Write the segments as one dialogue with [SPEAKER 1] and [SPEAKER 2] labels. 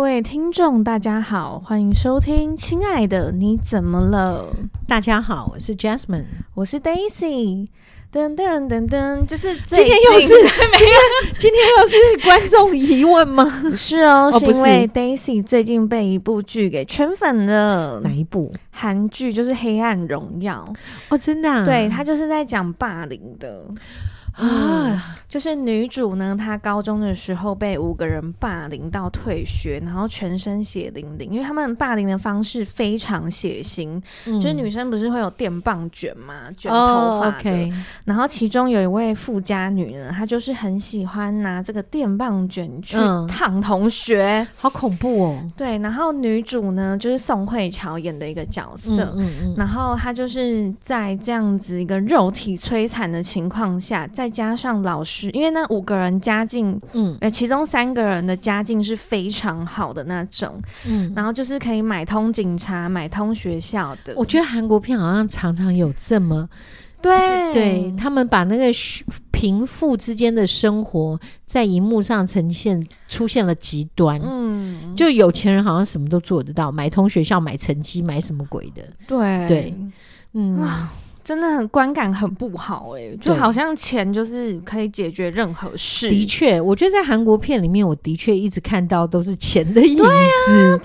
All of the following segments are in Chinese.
[SPEAKER 1] 位听众，大家好，欢迎收听《亲爱的你怎么了》，
[SPEAKER 2] 大家好，我是 Jasmine。
[SPEAKER 1] 我是 Daisy。噔噔噔噔，就是
[SPEAKER 2] 今
[SPEAKER 1] 最
[SPEAKER 2] 天又
[SPEAKER 1] 近
[SPEAKER 2] 是今天今天又是观众疑问吗？
[SPEAKER 1] 不是哦，
[SPEAKER 2] 哦
[SPEAKER 1] 是
[SPEAKER 2] 不是
[SPEAKER 1] 因为 Daisy 最近被一部剧给圈粉了，
[SPEAKER 2] 哪一部？
[SPEAKER 1] 韩剧就是《黑暗荣耀》
[SPEAKER 2] 哦，真的、啊？
[SPEAKER 1] 对，他就是在讲霸凌的。
[SPEAKER 2] 啊，
[SPEAKER 1] 就是女主呢，她高中的时候被五个人霸凌到退学，然后全身血淋淋，因为他们霸凌的方式非常血腥，
[SPEAKER 2] 嗯
[SPEAKER 1] 就是女生不是会有电棒卷嘛，卷头
[SPEAKER 2] 哦
[SPEAKER 1] 发的。
[SPEAKER 2] ，OK，
[SPEAKER 1] 然后其中有一位富家女呢，她就是很喜欢拿这个电棒卷去
[SPEAKER 2] 嗯
[SPEAKER 1] 烫同学。
[SPEAKER 2] 好恐怖哦。
[SPEAKER 1] 对，然后女主呢就是宋慧乔演的一个角色。
[SPEAKER 2] 嗯
[SPEAKER 1] 然后她就是在这样子一个肉体摧残的情况下，再加上老师，因为那五个人家境，
[SPEAKER 2] 嗯
[SPEAKER 1] 呃，其中三个人的家境是非常好的那种，
[SPEAKER 2] 嗯嗯，
[SPEAKER 1] 然后就是可以买通警察、买通学校的。
[SPEAKER 2] 我觉得韩国片好像常常有这么，
[SPEAKER 1] 对
[SPEAKER 2] 对他们把那个虚贫富之间的生活在荧幕上呈现，出现了极端。
[SPEAKER 1] 嗯，
[SPEAKER 2] 就有钱人好像什么都做得到，买通学校、买成绩、买什么鬼的，
[SPEAKER 1] 对
[SPEAKER 2] 对，嗯，
[SPEAKER 1] 啊真的很观感很不好哎、就
[SPEAKER 2] 对
[SPEAKER 1] 好像钱就是可以解决任何事。
[SPEAKER 2] 的确，我觉得在韩国片里面，我的确一直看到都是钱的影子。
[SPEAKER 1] 嗯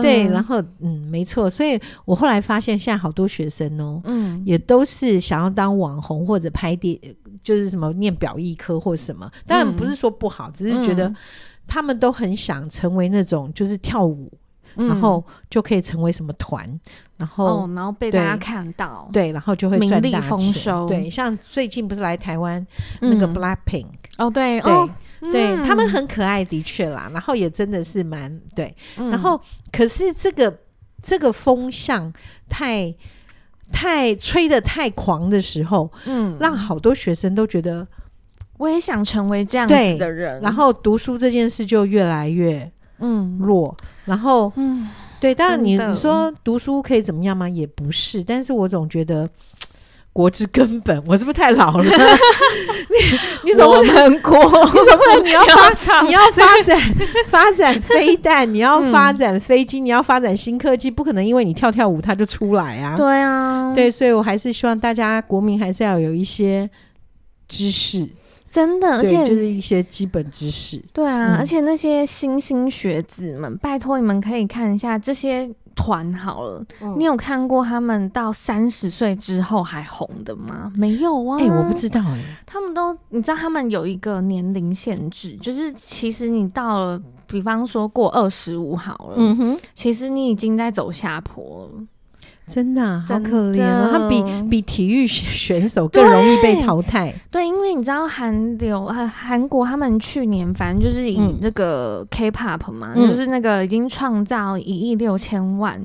[SPEAKER 2] 对，然后嗯，没错，所以我后来发现，现在好多学生哦，
[SPEAKER 1] 嗯，
[SPEAKER 2] 也都是想要当网红或者拍电，就是什么念表艺科或什么。当然不是说不好，只是觉得
[SPEAKER 1] 嗯
[SPEAKER 2] 他们都很想成为那种就是跳舞，
[SPEAKER 1] 嗯
[SPEAKER 2] 然后就可以成为什么团，然后、
[SPEAKER 1] 哦，然后被
[SPEAKER 2] 对
[SPEAKER 1] 大家看到，
[SPEAKER 2] 对，然后就会
[SPEAKER 1] 名
[SPEAKER 2] 赚
[SPEAKER 1] 利
[SPEAKER 2] 大
[SPEAKER 1] 丰收
[SPEAKER 2] 钱。对，像最近不是来台湾
[SPEAKER 1] 嗯
[SPEAKER 2] 那个 Blackpink，、
[SPEAKER 1] 哦，对
[SPEAKER 2] 对。
[SPEAKER 1] 哦，
[SPEAKER 2] 对
[SPEAKER 1] 嗯
[SPEAKER 2] 他们很可爱，的 确啦，然后也真的是蛮对，
[SPEAKER 1] 嗯
[SPEAKER 2] 然后可是这个这个风向太太吹得太狂的时候，
[SPEAKER 1] 嗯，
[SPEAKER 2] 让好多学生都觉得，
[SPEAKER 1] 我也想成为这样子
[SPEAKER 2] 对
[SPEAKER 1] 的人，
[SPEAKER 2] 然后读书这件事就越来越
[SPEAKER 1] 嗯
[SPEAKER 2] 弱，然后
[SPEAKER 1] 嗯，
[SPEAKER 2] 对，当然你
[SPEAKER 1] 真的
[SPEAKER 2] 你说读书可以怎么样吗？也不是，但是我总觉得。嘖国之根本，我是不是太老了？ 你你总不能，
[SPEAKER 1] 们国，
[SPEAKER 2] 你 总不能你要发
[SPEAKER 1] 唱
[SPEAKER 2] 你要发展发展飞弹，你要发展飞机，你要发展新科技，不可能因为你跳跳舞它就出来啊。
[SPEAKER 1] 对啊，，
[SPEAKER 2] 对所以我还是希望大家国民还是要有一些知识，
[SPEAKER 1] 真的，而
[SPEAKER 2] 对
[SPEAKER 1] 且
[SPEAKER 2] 就是一些基本知识。
[SPEAKER 1] 对啊，
[SPEAKER 2] 嗯
[SPEAKER 1] 而且那些新兴学子们，拜托你们可以看一下这些团好了。
[SPEAKER 2] 嗯
[SPEAKER 1] 你有看过他们到三十岁之后还红的吗？没有啊，
[SPEAKER 2] 哎、我不知道哎、
[SPEAKER 1] 他们都，你知道他们有一个年龄限制，就是其实你到了，比方说过二十五好了，
[SPEAKER 2] 嗯哼，
[SPEAKER 1] 其实你已经在走下坡了。
[SPEAKER 2] 真的、啊、好
[SPEAKER 1] 真
[SPEAKER 2] 可怜哦
[SPEAKER 1] 的，
[SPEAKER 2] 他们比比体育选手更容易被淘汰。
[SPEAKER 1] 对，因为你知道韩流韩韩国他们去年反正就是以
[SPEAKER 2] 嗯
[SPEAKER 1] 那个 K-pop 嘛，
[SPEAKER 2] 嗯
[SPEAKER 1] 就是那个已经创造一亿六千万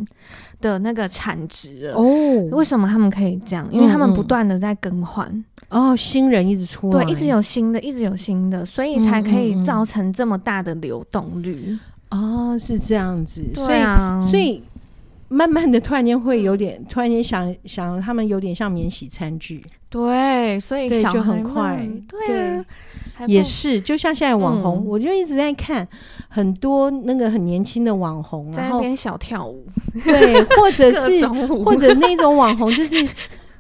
[SPEAKER 1] 的那个产值了。为
[SPEAKER 2] 哦
[SPEAKER 1] 什么他们可以这样？因为他们
[SPEAKER 2] 嗯嗯
[SPEAKER 1] 不断的在更换，
[SPEAKER 2] 哦，新人一直出来，
[SPEAKER 1] 对，一直有新的，一直有新的，所以才可以
[SPEAKER 2] 嗯嗯嗯
[SPEAKER 1] 造成这么大的流动率。
[SPEAKER 2] 哦，是这样子，所
[SPEAKER 1] 对
[SPEAKER 2] 以
[SPEAKER 1] 啊，
[SPEAKER 2] 所以慢慢的，突然间会有点，突然间想想，他们有点像免洗餐具，
[SPEAKER 1] 对，所以
[SPEAKER 2] 对
[SPEAKER 1] 小
[SPEAKER 2] 就
[SPEAKER 1] 孩
[SPEAKER 2] 很
[SPEAKER 1] 们
[SPEAKER 2] 快
[SPEAKER 1] 对啊，还不
[SPEAKER 2] 也是，就像现在网红，
[SPEAKER 1] 嗯
[SPEAKER 2] 我就一直在看很多那个很年轻的网红，
[SPEAKER 1] 在
[SPEAKER 2] 然
[SPEAKER 1] 那
[SPEAKER 2] 后
[SPEAKER 1] 边小跳舞，
[SPEAKER 2] 对，或者
[SPEAKER 1] 各
[SPEAKER 2] 是
[SPEAKER 1] 种舞，
[SPEAKER 2] 或者那种网红，就是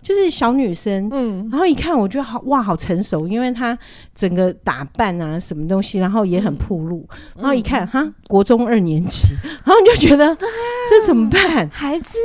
[SPEAKER 2] 就是小女生。
[SPEAKER 1] 嗯
[SPEAKER 2] 然后一看，我觉得好哇，好成熟，因为她整个打扮啊，什么东西，然后也很铺路。
[SPEAKER 1] 嗯
[SPEAKER 2] 然后一看，哈，国中二年级，然后你就觉得
[SPEAKER 1] 啊
[SPEAKER 2] 这怎么办？
[SPEAKER 1] 孩子，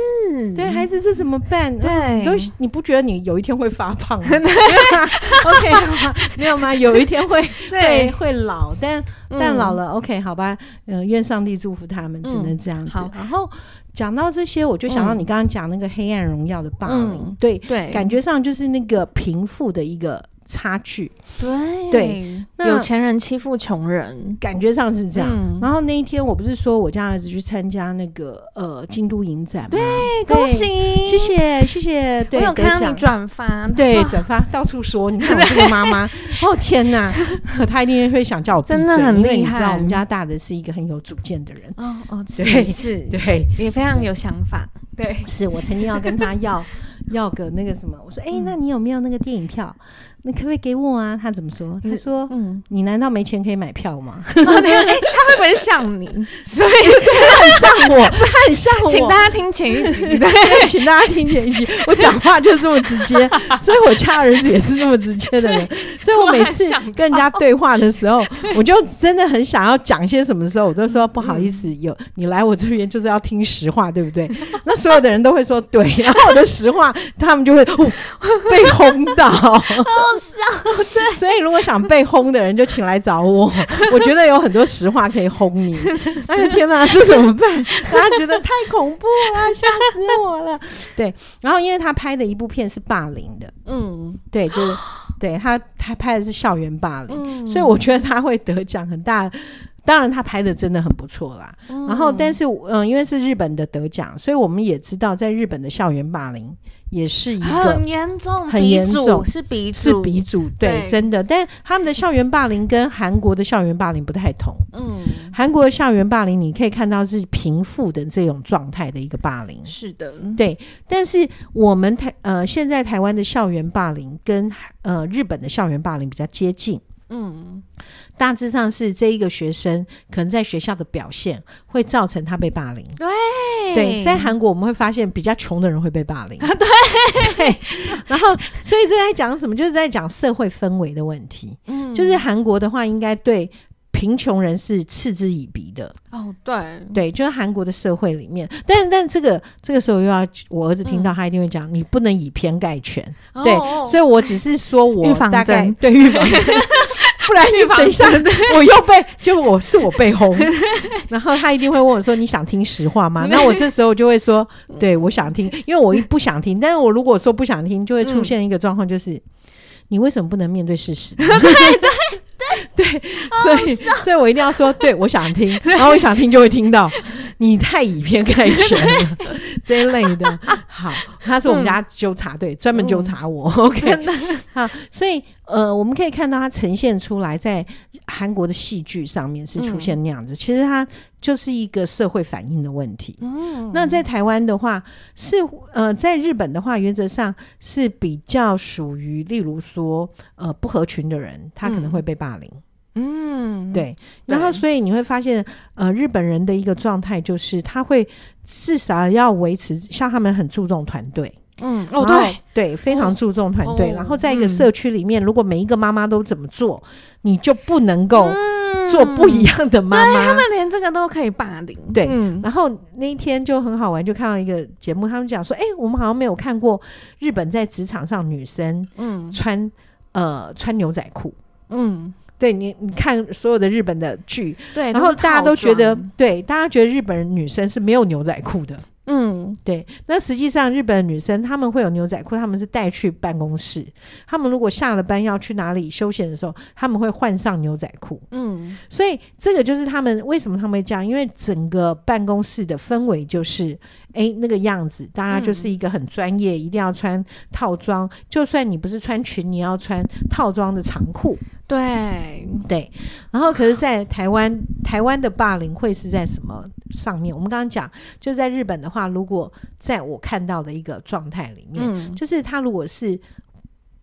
[SPEAKER 2] 对孩子，这怎么办？
[SPEAKER 1] 嗯对
[SPEAKER 2] 嗯你都你不觉得你有一天会发胖 吗 ？OK，好没有吗？有一天会会
[SPEAKER 1] 对，
[SPEAKER 2] 会老，但但
[SPEAKER 1] 嗯
[SPEAKER 2] 老了、OK，好吧，嗯、愿上帝祝福他们，只能这样子。
[SPEAKER 1] 好
[SPEAKER 2] 然后讲到这些，我就想到
[SPEAKER 1] 嗯
[SPEAKER 2] 你刚刚讲那个《黑暗荣耀》的霸凌，
[SPEAKER 1] 嗯
[SPEAKER 2] 对，
[SPEAKER 1] 对，
[SPEAKER 2] 感觉上就是那个贫富的一个差距，
[SPEAKER 1] 对
[SPEAKER 2] 对那
[SPEAKER 1] 有钱人欺负穷人，
[SPEAKER 2] 感觉上是这样。
[SPEAKER 1] 嗯
[SPEAKER 2] 然后那一天，我不是说我家儿子去参加那个呃京都影展吗？
[SPEAKER 1] 哎，
[SPEAKER 2] 对
[SPEAKER 1] 恭喜，
[SPEAKER 2] 谢，谢谢谢，
[SPEAKER 1] 我
[SPEAKER 2] 对，
[SPEAKER 1] 有
[SPEAKER 2] 得
[SPEAKER 1] 看到
[SPEAKER 2] 奖
[SPEAKER 1] 你转发，
[SPEAKER 2] 对，
[SPEAKER 1] 哇
[SPEAKER 2] 转发到处说，你看我这个妈 妈，哦天哪，她一定会想叫我闭嘴
[SPEAKER 1] 真的很
[SPEAKER 2] 因为
[SPEAKER 1] 厉
[SPEAKER 2] 你知
[SPEAKER 1] 害
[SPEAKER 2] 道我们家大的是一个很有主见的人，
[SPEAKER 1] 哦哦，
[SPEAKER 2] 对
[SPEAKER 1] 是是，
[SPEAKER 2] 对，
[SPEAKER 1] 也非常有想法，对，
[SPEAKER 2] 是我曾经要跟他要要个那个什么，我说哎、
[SPEAKER 1] 嗯
[SPEAKER 2] 那你有没有那个电影票？你可不可以给我啊？他怎么说？
[SPEAKER 1] 你
[SPEAKER 2] 他说。
[SPEAKER 1] 嗯，
[SPEAKER 2] 你难道没钱可以买票吗？
[SPEAKER 1] 然后那个哎，他会不会像 你？所以
[SPEAKER 2] 很像我，是很像我。
[SPEAKER 1] 请大家听前一集，对，
[SPEAKER 2] 请大家听前一集，我讲话就这么直接，所以我家儿子也是这么直接的人，所以我每次
[SPEAKER 1] 突然想到
[SPEAKER 2] 跟人家对话的时候，我就真的很想要讲些什么时候，我都说不好意思，
[SPEAKER 1] 嗯
[SPEAKER 2] 有你来我这边就是要听实话，对不对？那所有的人都会说对，然后我的实话，他们就会、哦被轰到， 好笑。 对，所以如果想被轰的人，就请来找我， 我觉得有很多实话可以轰 你。哎呀天哪，这怎么办？大家觉得太恐怖 了，吓死我了。对，然后因为他拍的一部片是霸凌的，
[SPEAKER 1] 嗯
[SPEAKER 2] 对， 就是对他他拍的是校园霸凌，
[SPEAKER 1] 嗯
[SPEAKER 2] 所以我觉得他会得奖很大。当然，他拍的真的很不错啦。然后，但是，嗯，因为是日本的得奖，所以我们也知道，在日本的校园霸凌也是一个
[SPEAKER 1] 很严重，
[SPEAKER 2] 很
[SPEAKER 1] 鼻
[SPEAKER 2] 严
[SPEAKER 1] 祖
[SPEAKER 2] 重
[SPEAKER 1] 是鼻祖，
[SPEAKER 2] 是鼻祖，对，
[SPEAKER 1] 对
[SPEAKER 2] 真的。但他们的校园霸凌跟韩国的校园霸凌不太同。
[SPEAKER 1] 嗯，
[SPEAKER 2] 韩国的校园霸凌，你可以看到是贫富的这种状态的一个霸凌，
[SPEAKER 1] 是的，
[SPEAKER 2] 对。但是我们台呃，现在台湾的校园霸凌跟呃日本的校园霸凌比较接近，
[SPEAKER 1] 嗯，
[SPEAKER 2] 大致上是这一个学生可能在学校的表现会造成他被霸凌。对，在韩国我们会发现比较穷的人会被霸凌， 对对，然后所以这在讲什么？就是在讲社会氛围的问题。
[SPEAKER 1] 嗯
[SPEAKER 2] 就是韩国的话，应该对贫穷人是嗤之以鼻的，
[SPEAKER 1] 哦，对，
[SPEAKER 2] 对，就是韩国的社会里面。但但这个这个时候又要我儿子听到，他一定会讲，你不能以偏概全。对，
[SPEAKER 1] 哦
[SPEAKER 2] 所以我只是说我
[SPEAKER 1] 预防
[SPEAKER 2] 大概
[SPEAKER 1] 针
[SPEAKER 2] 对 预防针，不然
[SPEAKER 1] 预防
[SPEAKER 2] 等一下我又被就我是我被轰， 然后他一定会问我说你想听实 话吗？那我这时候就会说对我想听，因为我一不想听，但是我如果说不想听，就会出现一个状况，就是、你为什么不能面对事实？ 对对。对，所以，所以我一定要说，对我想听，然后我想听就会听到，你太以偏概全了 这一类的。好，他是我们家纠察队，专门纠察我。OK，
[SPEAKER 1] 真的，
[SPEAKER 2] 好，所以呃，我们可以看到它呈现出来在韩国的戏剧上面是出现那样子，其实它就是一个社会反应的问题。
[SPEAKER 1] 嗯
[SPEAKER 2] 那在台湾的话是呃，在日本的话，原则上是比较属于，例如说呃不合群的人，他可能会被霸凌。
[SPEAKER 1] 嗯，
[SPEAKER 2] 对，然后所以你会发现，呃，日本人的一个状态就是他会至少要维持，像他们很注重团队。
[SPEAKER 1] 嗯，哦，
[SPEAKER 2] 然后
[SPEAKER 1] 对，
[SPEAKER 2] 对，非常注重团队。
[SPEAKER 1] 哦
[SPEAKER 2] 然后在一个
[SPEAKER 1] 嗯
[SPEAKER 2] 社区里面，如果每一个妈妈都怎么做，你就不能够
[SPEAKER 1] 嗯
[SPEAKER 2] 做不一样的妈妈。
[SPEAKER 1] 那连这个都可以霸凌，
[SPEAKER 2] 对
[SPEAKER 1] 嗯，
[SPEAKER 2] 然后那一天就很好玩，就看到一个节目，他们讲说，哎、我们好像没有看过日本在职场上女生
[SPEAKER 1] 嗯
[SPEAKER 2] 穿呃穿牛仔裤。
[SPEAKER 1] 嗯，
[SPEAKER 2] 对你，你看所有的日本的剧，
[SPEAKER 1] 对，
[SPEAKER 2] 然后
[SPEAKER 1] 哎是
[SPEAKER 2] 大家都
[SPEAKER 1] 套
[SPEAKER 2] 觉得
[SPEAKER 1] 装，，
[SPEAKER 2] 对，大家觉得日本女生是没有牛仔裤的。
[SPEAKER 1] 嗯，
[SPEAKER 2] 对，那实际上日本的女生她们会有牛仔裤，她们是带去办公室。她们如果下了班要去哪里休闲的时候，她们会换上牛仔裤。
[SPEAKER 1] 嗯，
[SPEAKER 2] 所以这个就是她们为什么她们会这样，因为整个办公室的氛围就是，诶，那个样子，大家就是一个很专业，一定要穿套装，就算你不是穿裙，你要穿套装的长裤。
[SPEAKER 1] 对，
[SPEAKER 2] 对，然后可是，在台湾，台湾的霸凌会是在什么上面？我们刚刚讲，就在日本的话，如果在我看到的一个状态里面，
[SPEAKER 1] 嗯，
[SPEAKER 2] 就是他如果是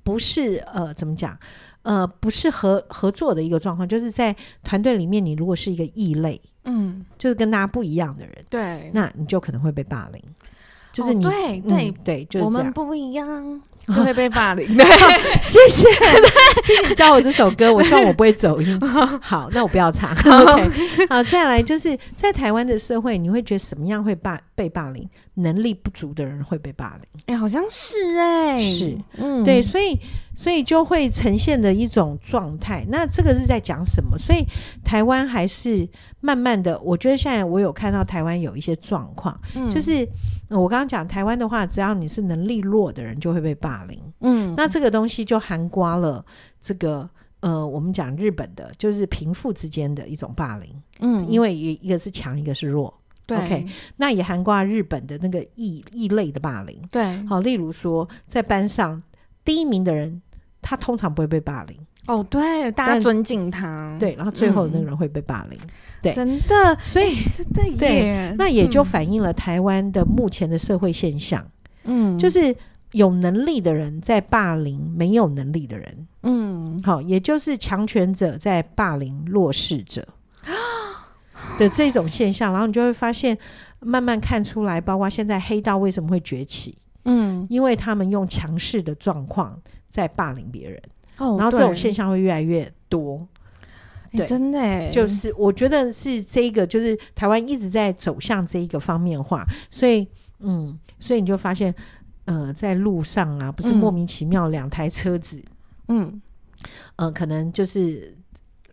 [SPEAKER 2] 不是呃怎么讲呃不是合合作的一个状况，就是在团队里面，你如果是一个异类，
[SPEAKER 1] 嗯，
[SPEAKER 2] 就是跟大家不一样的人，
[SPEAKER 1] 对，
[SPEAKER 2] 那你就可能会被霸凌，就是
[SPEAKER 1] 哦
[SPEAKER 2] 你、
[SPEAKER 1] 对
[SPEAKER 2] 嗯
[SPEAKER 1] 对。
[SPEAKER 2] 对，就是
[SPEAKER 1] 我
[SPEAKER 2] 这
[SPEAKER 1] 们
[SPEAKER 2] 样。
[SPEAKER 1] 不一样，就会被霸凌。对，
[SPEAKER 2] 谢谢，谢谢你教我这首歌，我希望我不会走 音。好，那我不要 唱。OK，好，再来就是在台湾的社会，你会觉得什么样会霸被霸凌？能力不足的人会被霸凌，
[SPEAKER 1] 哎，好像是哎，
[SPEAKER 2] 是，
[SPEAKER 1] 嗯，
[SPEAKER 2] 对，，所以所以就会呈现的一种状态。那这个是在讲什么？所以台湾还是慢慢的，我觉得现在我有看到台湾有一些状况，
[SPEAKER 1] 嗯
[SPEAKER 2] 就是、呃我刚刚讲台湾的话，只要你是能力弱的人，就会被霸凌。
[SPEAKER 1] 嗯，
[SPEAKER 2] 那这个东西就含刮了这个呃，我们讲日本的，就是贫富之间的一种霸凌，
[SPEAKER 1] 嗯，
[SPEAKER 2] 因
[SPEAKER 1] 为
[SPEAKER 2] 为一一个是强，一个是弱，
[SPEAKER 1] 对
[SPEAKER 2] OK，那也含刮日本的那个异异类的霸凌。
[SPEAKER 1] 对，
[SPEAKER 2] 好，例如说在班上第一名的人，他通常不会被霸凌，
[SPEAKER 1] 哦，对，大家
[SPEAKER 2] 但
[SPEAKER 1] 尊敬他，，
[SPEAKER 2] 对，然后最后那
[SPEAKER 1] 嗯
[SPEAKER 2] 个人会被霸凌，对
[SPEAKER 1] 真的，
[SPEAKER 2] 所以
[SPEAKER 1] 真的
[SPEAKER 2] 对
[SPEAKER 1] 耶，
[SPEAKER 2] 那也就反映了台湾的目前的社会现象，
[SPEAKER 1] 嗯，
[SPEAKER 2] 就是。有能力的人在霸凌没有能力的人，
[SPEAKER 1] 嗯，
[SPEAKER 2] 好，也就是强权者在霸凌弱势者的这种现象，然后你就会发现，慢慢看出来，包括现在黑道为什么会崛起，
[SPEAKER 1] 嗯，
[SPEAKER 2] 因为他们用强势的状况在霸凌别人，
[SPEAKER 1] 哦，
[SPEAKER 2] 然后这种现
[SPEAKER 1] 象，
[SPEAKER 2] 象会越来越多。
[SPEAKER 1] 哎
[SPEAKER 2] 对
[SPEAKER 1] 真的耶
[SPEAKER 2] 就是我觉得是这一个，就是台湾一直在走向这一个方面化，所以嗯，所以你就发现，呃，在路上啊，不是
[SPEAKER 1] 嗯
[SPEAKER 2] 莫名其妙两台车子，
[SPEAKER 1] 嗯，
[SPEAKER 2] 呃，可能就是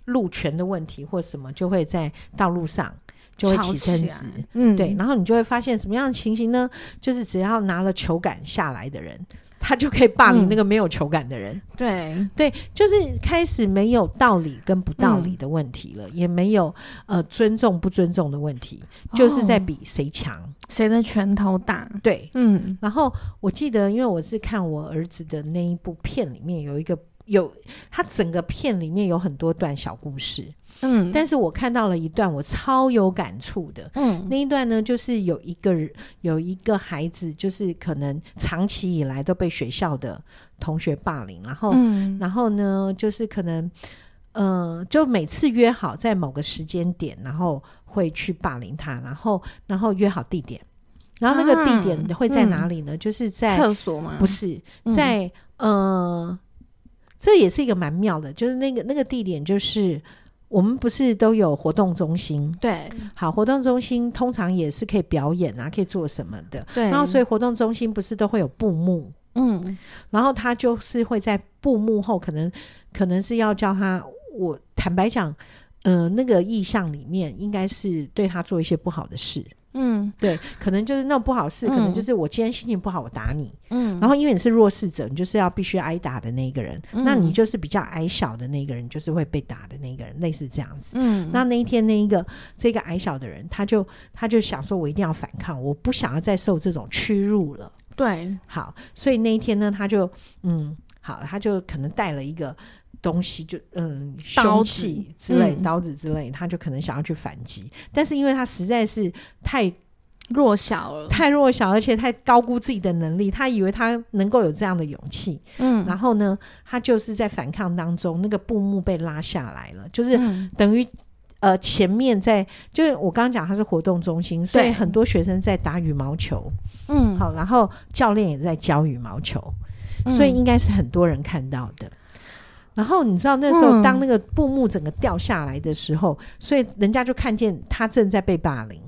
[SPEAKER 2] 路权的问题或什么，就会在道路上就会
[SPEAKER 1] 吵
[SPEAKER 2] 起争
[SPEAKER 1] 起来
[SPEAKER 2] 执。
[SPEAKER 1] 嗯，
[SPEAKER 2] 对，，然后你就会发现什么样的情形呢？就是只要拿了球杆下来的人，他就可以霸凌
[SPEAKER 1] 嗯
[SPEAKER 2] 那个没有球杆的人。
[SPEAKER 1] 对，
[SPEAKER 2] 对，就是开始没有道理跟不道
[SPEAKER 1] 嗯
[SPEAKER 2] 理的问题了，也没有呃尊重不尊重的问题，就是在
[SPEAKER 1] 哦
[SPEAKER 2] 比谁强。
[SPEAKER 1] 谁的拳头大，
[SPEAKER 2] 对，
[SPEAKER 1] 嗯，
[SPEAKER 2] 然后我记得，因为我是看我儿子的那一部片里面有一个有，他整个片里面有很多段小故事，
[SPEAKER 1] 嗯，
[SPEAKER 2] 但是我看到了一段我超有感触的。
[SPEAKER 1] 嗯，
[SPEAKER 2] 那一段呢，就是有一个人有一个孩子，就是可能长期以来都被学校的同学霸凌，然后
[SPEAKER 1] 嗯，
[SPEAKER 2] 然后呢，就是可能，呃，就每次约好在某个时间点，然后会去霸凌他，然后然后约好地点，然后那个地点
[SPEAKER 1] 啊
[SPEAKER 2] 会在哪里呢？就是在
[SPEAKER 1] 厕所吗？
[SPEAKER 2] 不是
[SPEAKER 1] 嗯
[SPEAKER 2] 在、呃，这也是一个蛮妙的，就是那个那个地点就是。我们不是都有活动中心？
[SPEAKER 1] 对
[SPEAKER 2] 好，活动中心通常也是可以表演啊，可以做什么的。
[SPEAKER 1] 对，
[SPEAKER 2] 然后，所
[SPEAKER 1] 以，
[SPEAKER 2] 以活动中心不是都会有布幕？
[SPEAKER 1] 嗯，
[SPEAKER 2] 然后他就是会在布幕后，可能可能是要叫他，我坦白讲，呃，那个意向里面应该是对他做一些不好的事，
[SPEAKER 1] 嗯，
[SPEAKER 2] 对，可能就是那种不好事，
[SPEAKER 1] 嗯
[SPEAKER 2] 可能就是我今天心情不好，我打你，
[SPEAKER 1] 嗯，
[SPEAKER 2] 然后因为你是弱势者，你就是要必须挨打的那一个人，
[SPEAKER 1] 嗯
[SPEAKER 2] 那你就是比较矮小的那个人，就是会被打的那个人，类似这样子。
[SPEAKER 1] 嗯，
[SPEAKER 2] 那那一天，那一个这个矮小的人，他就他就想说，我一定要反抗，我不想要再受这种屈辱了。
[SPEAKER 1] 对，
[SPEAKER 2] 好，所以那一天呢，他就嗯，好，他就可能带了一个东西，就嗯，
[SPEAKER 1] 刀
[SPEAKER 2] 凶
[SPEAKER 1] 子
[SPEAKER 2] 器之类、
[SPEAKER 1] 嗯
[SPEAKER 2] 刀子之类，他就可能想要去反击，但是因为他实在是太
[SPEAKER 1] 弱小了，
[SPEAKER 2] 太弱小，而且太高估自己的能力，他以为他能够有这样的勇气，
[SPEAKER 1] 嗯，
[SPEAKER 2] 然后呢，他就是在反抗当中，那个布幕被拉下来了，就是
[SPEAKER 1] 嗯
[SPEAKER 2] 等于。呃，前面在就是我刚刚讲，它是活动中心，所以
[SPEAKER 1] 对
[SPEAKER 2] 很多学生在打羽毛球，
[SPEAKER 1] 嗯，
[SPEAKER 2] 好，然后教练也在教羽毛球，所
[SPEAKER 1] 嗯
[SPEAKER 2] 以应该是很多人看到的。然后你知道那时候，
[SPEAKER 1] 嗯
[SPEAKER 2] 当那个布幕整个掉下来的时候，所以人家就看见他正在被霸凌。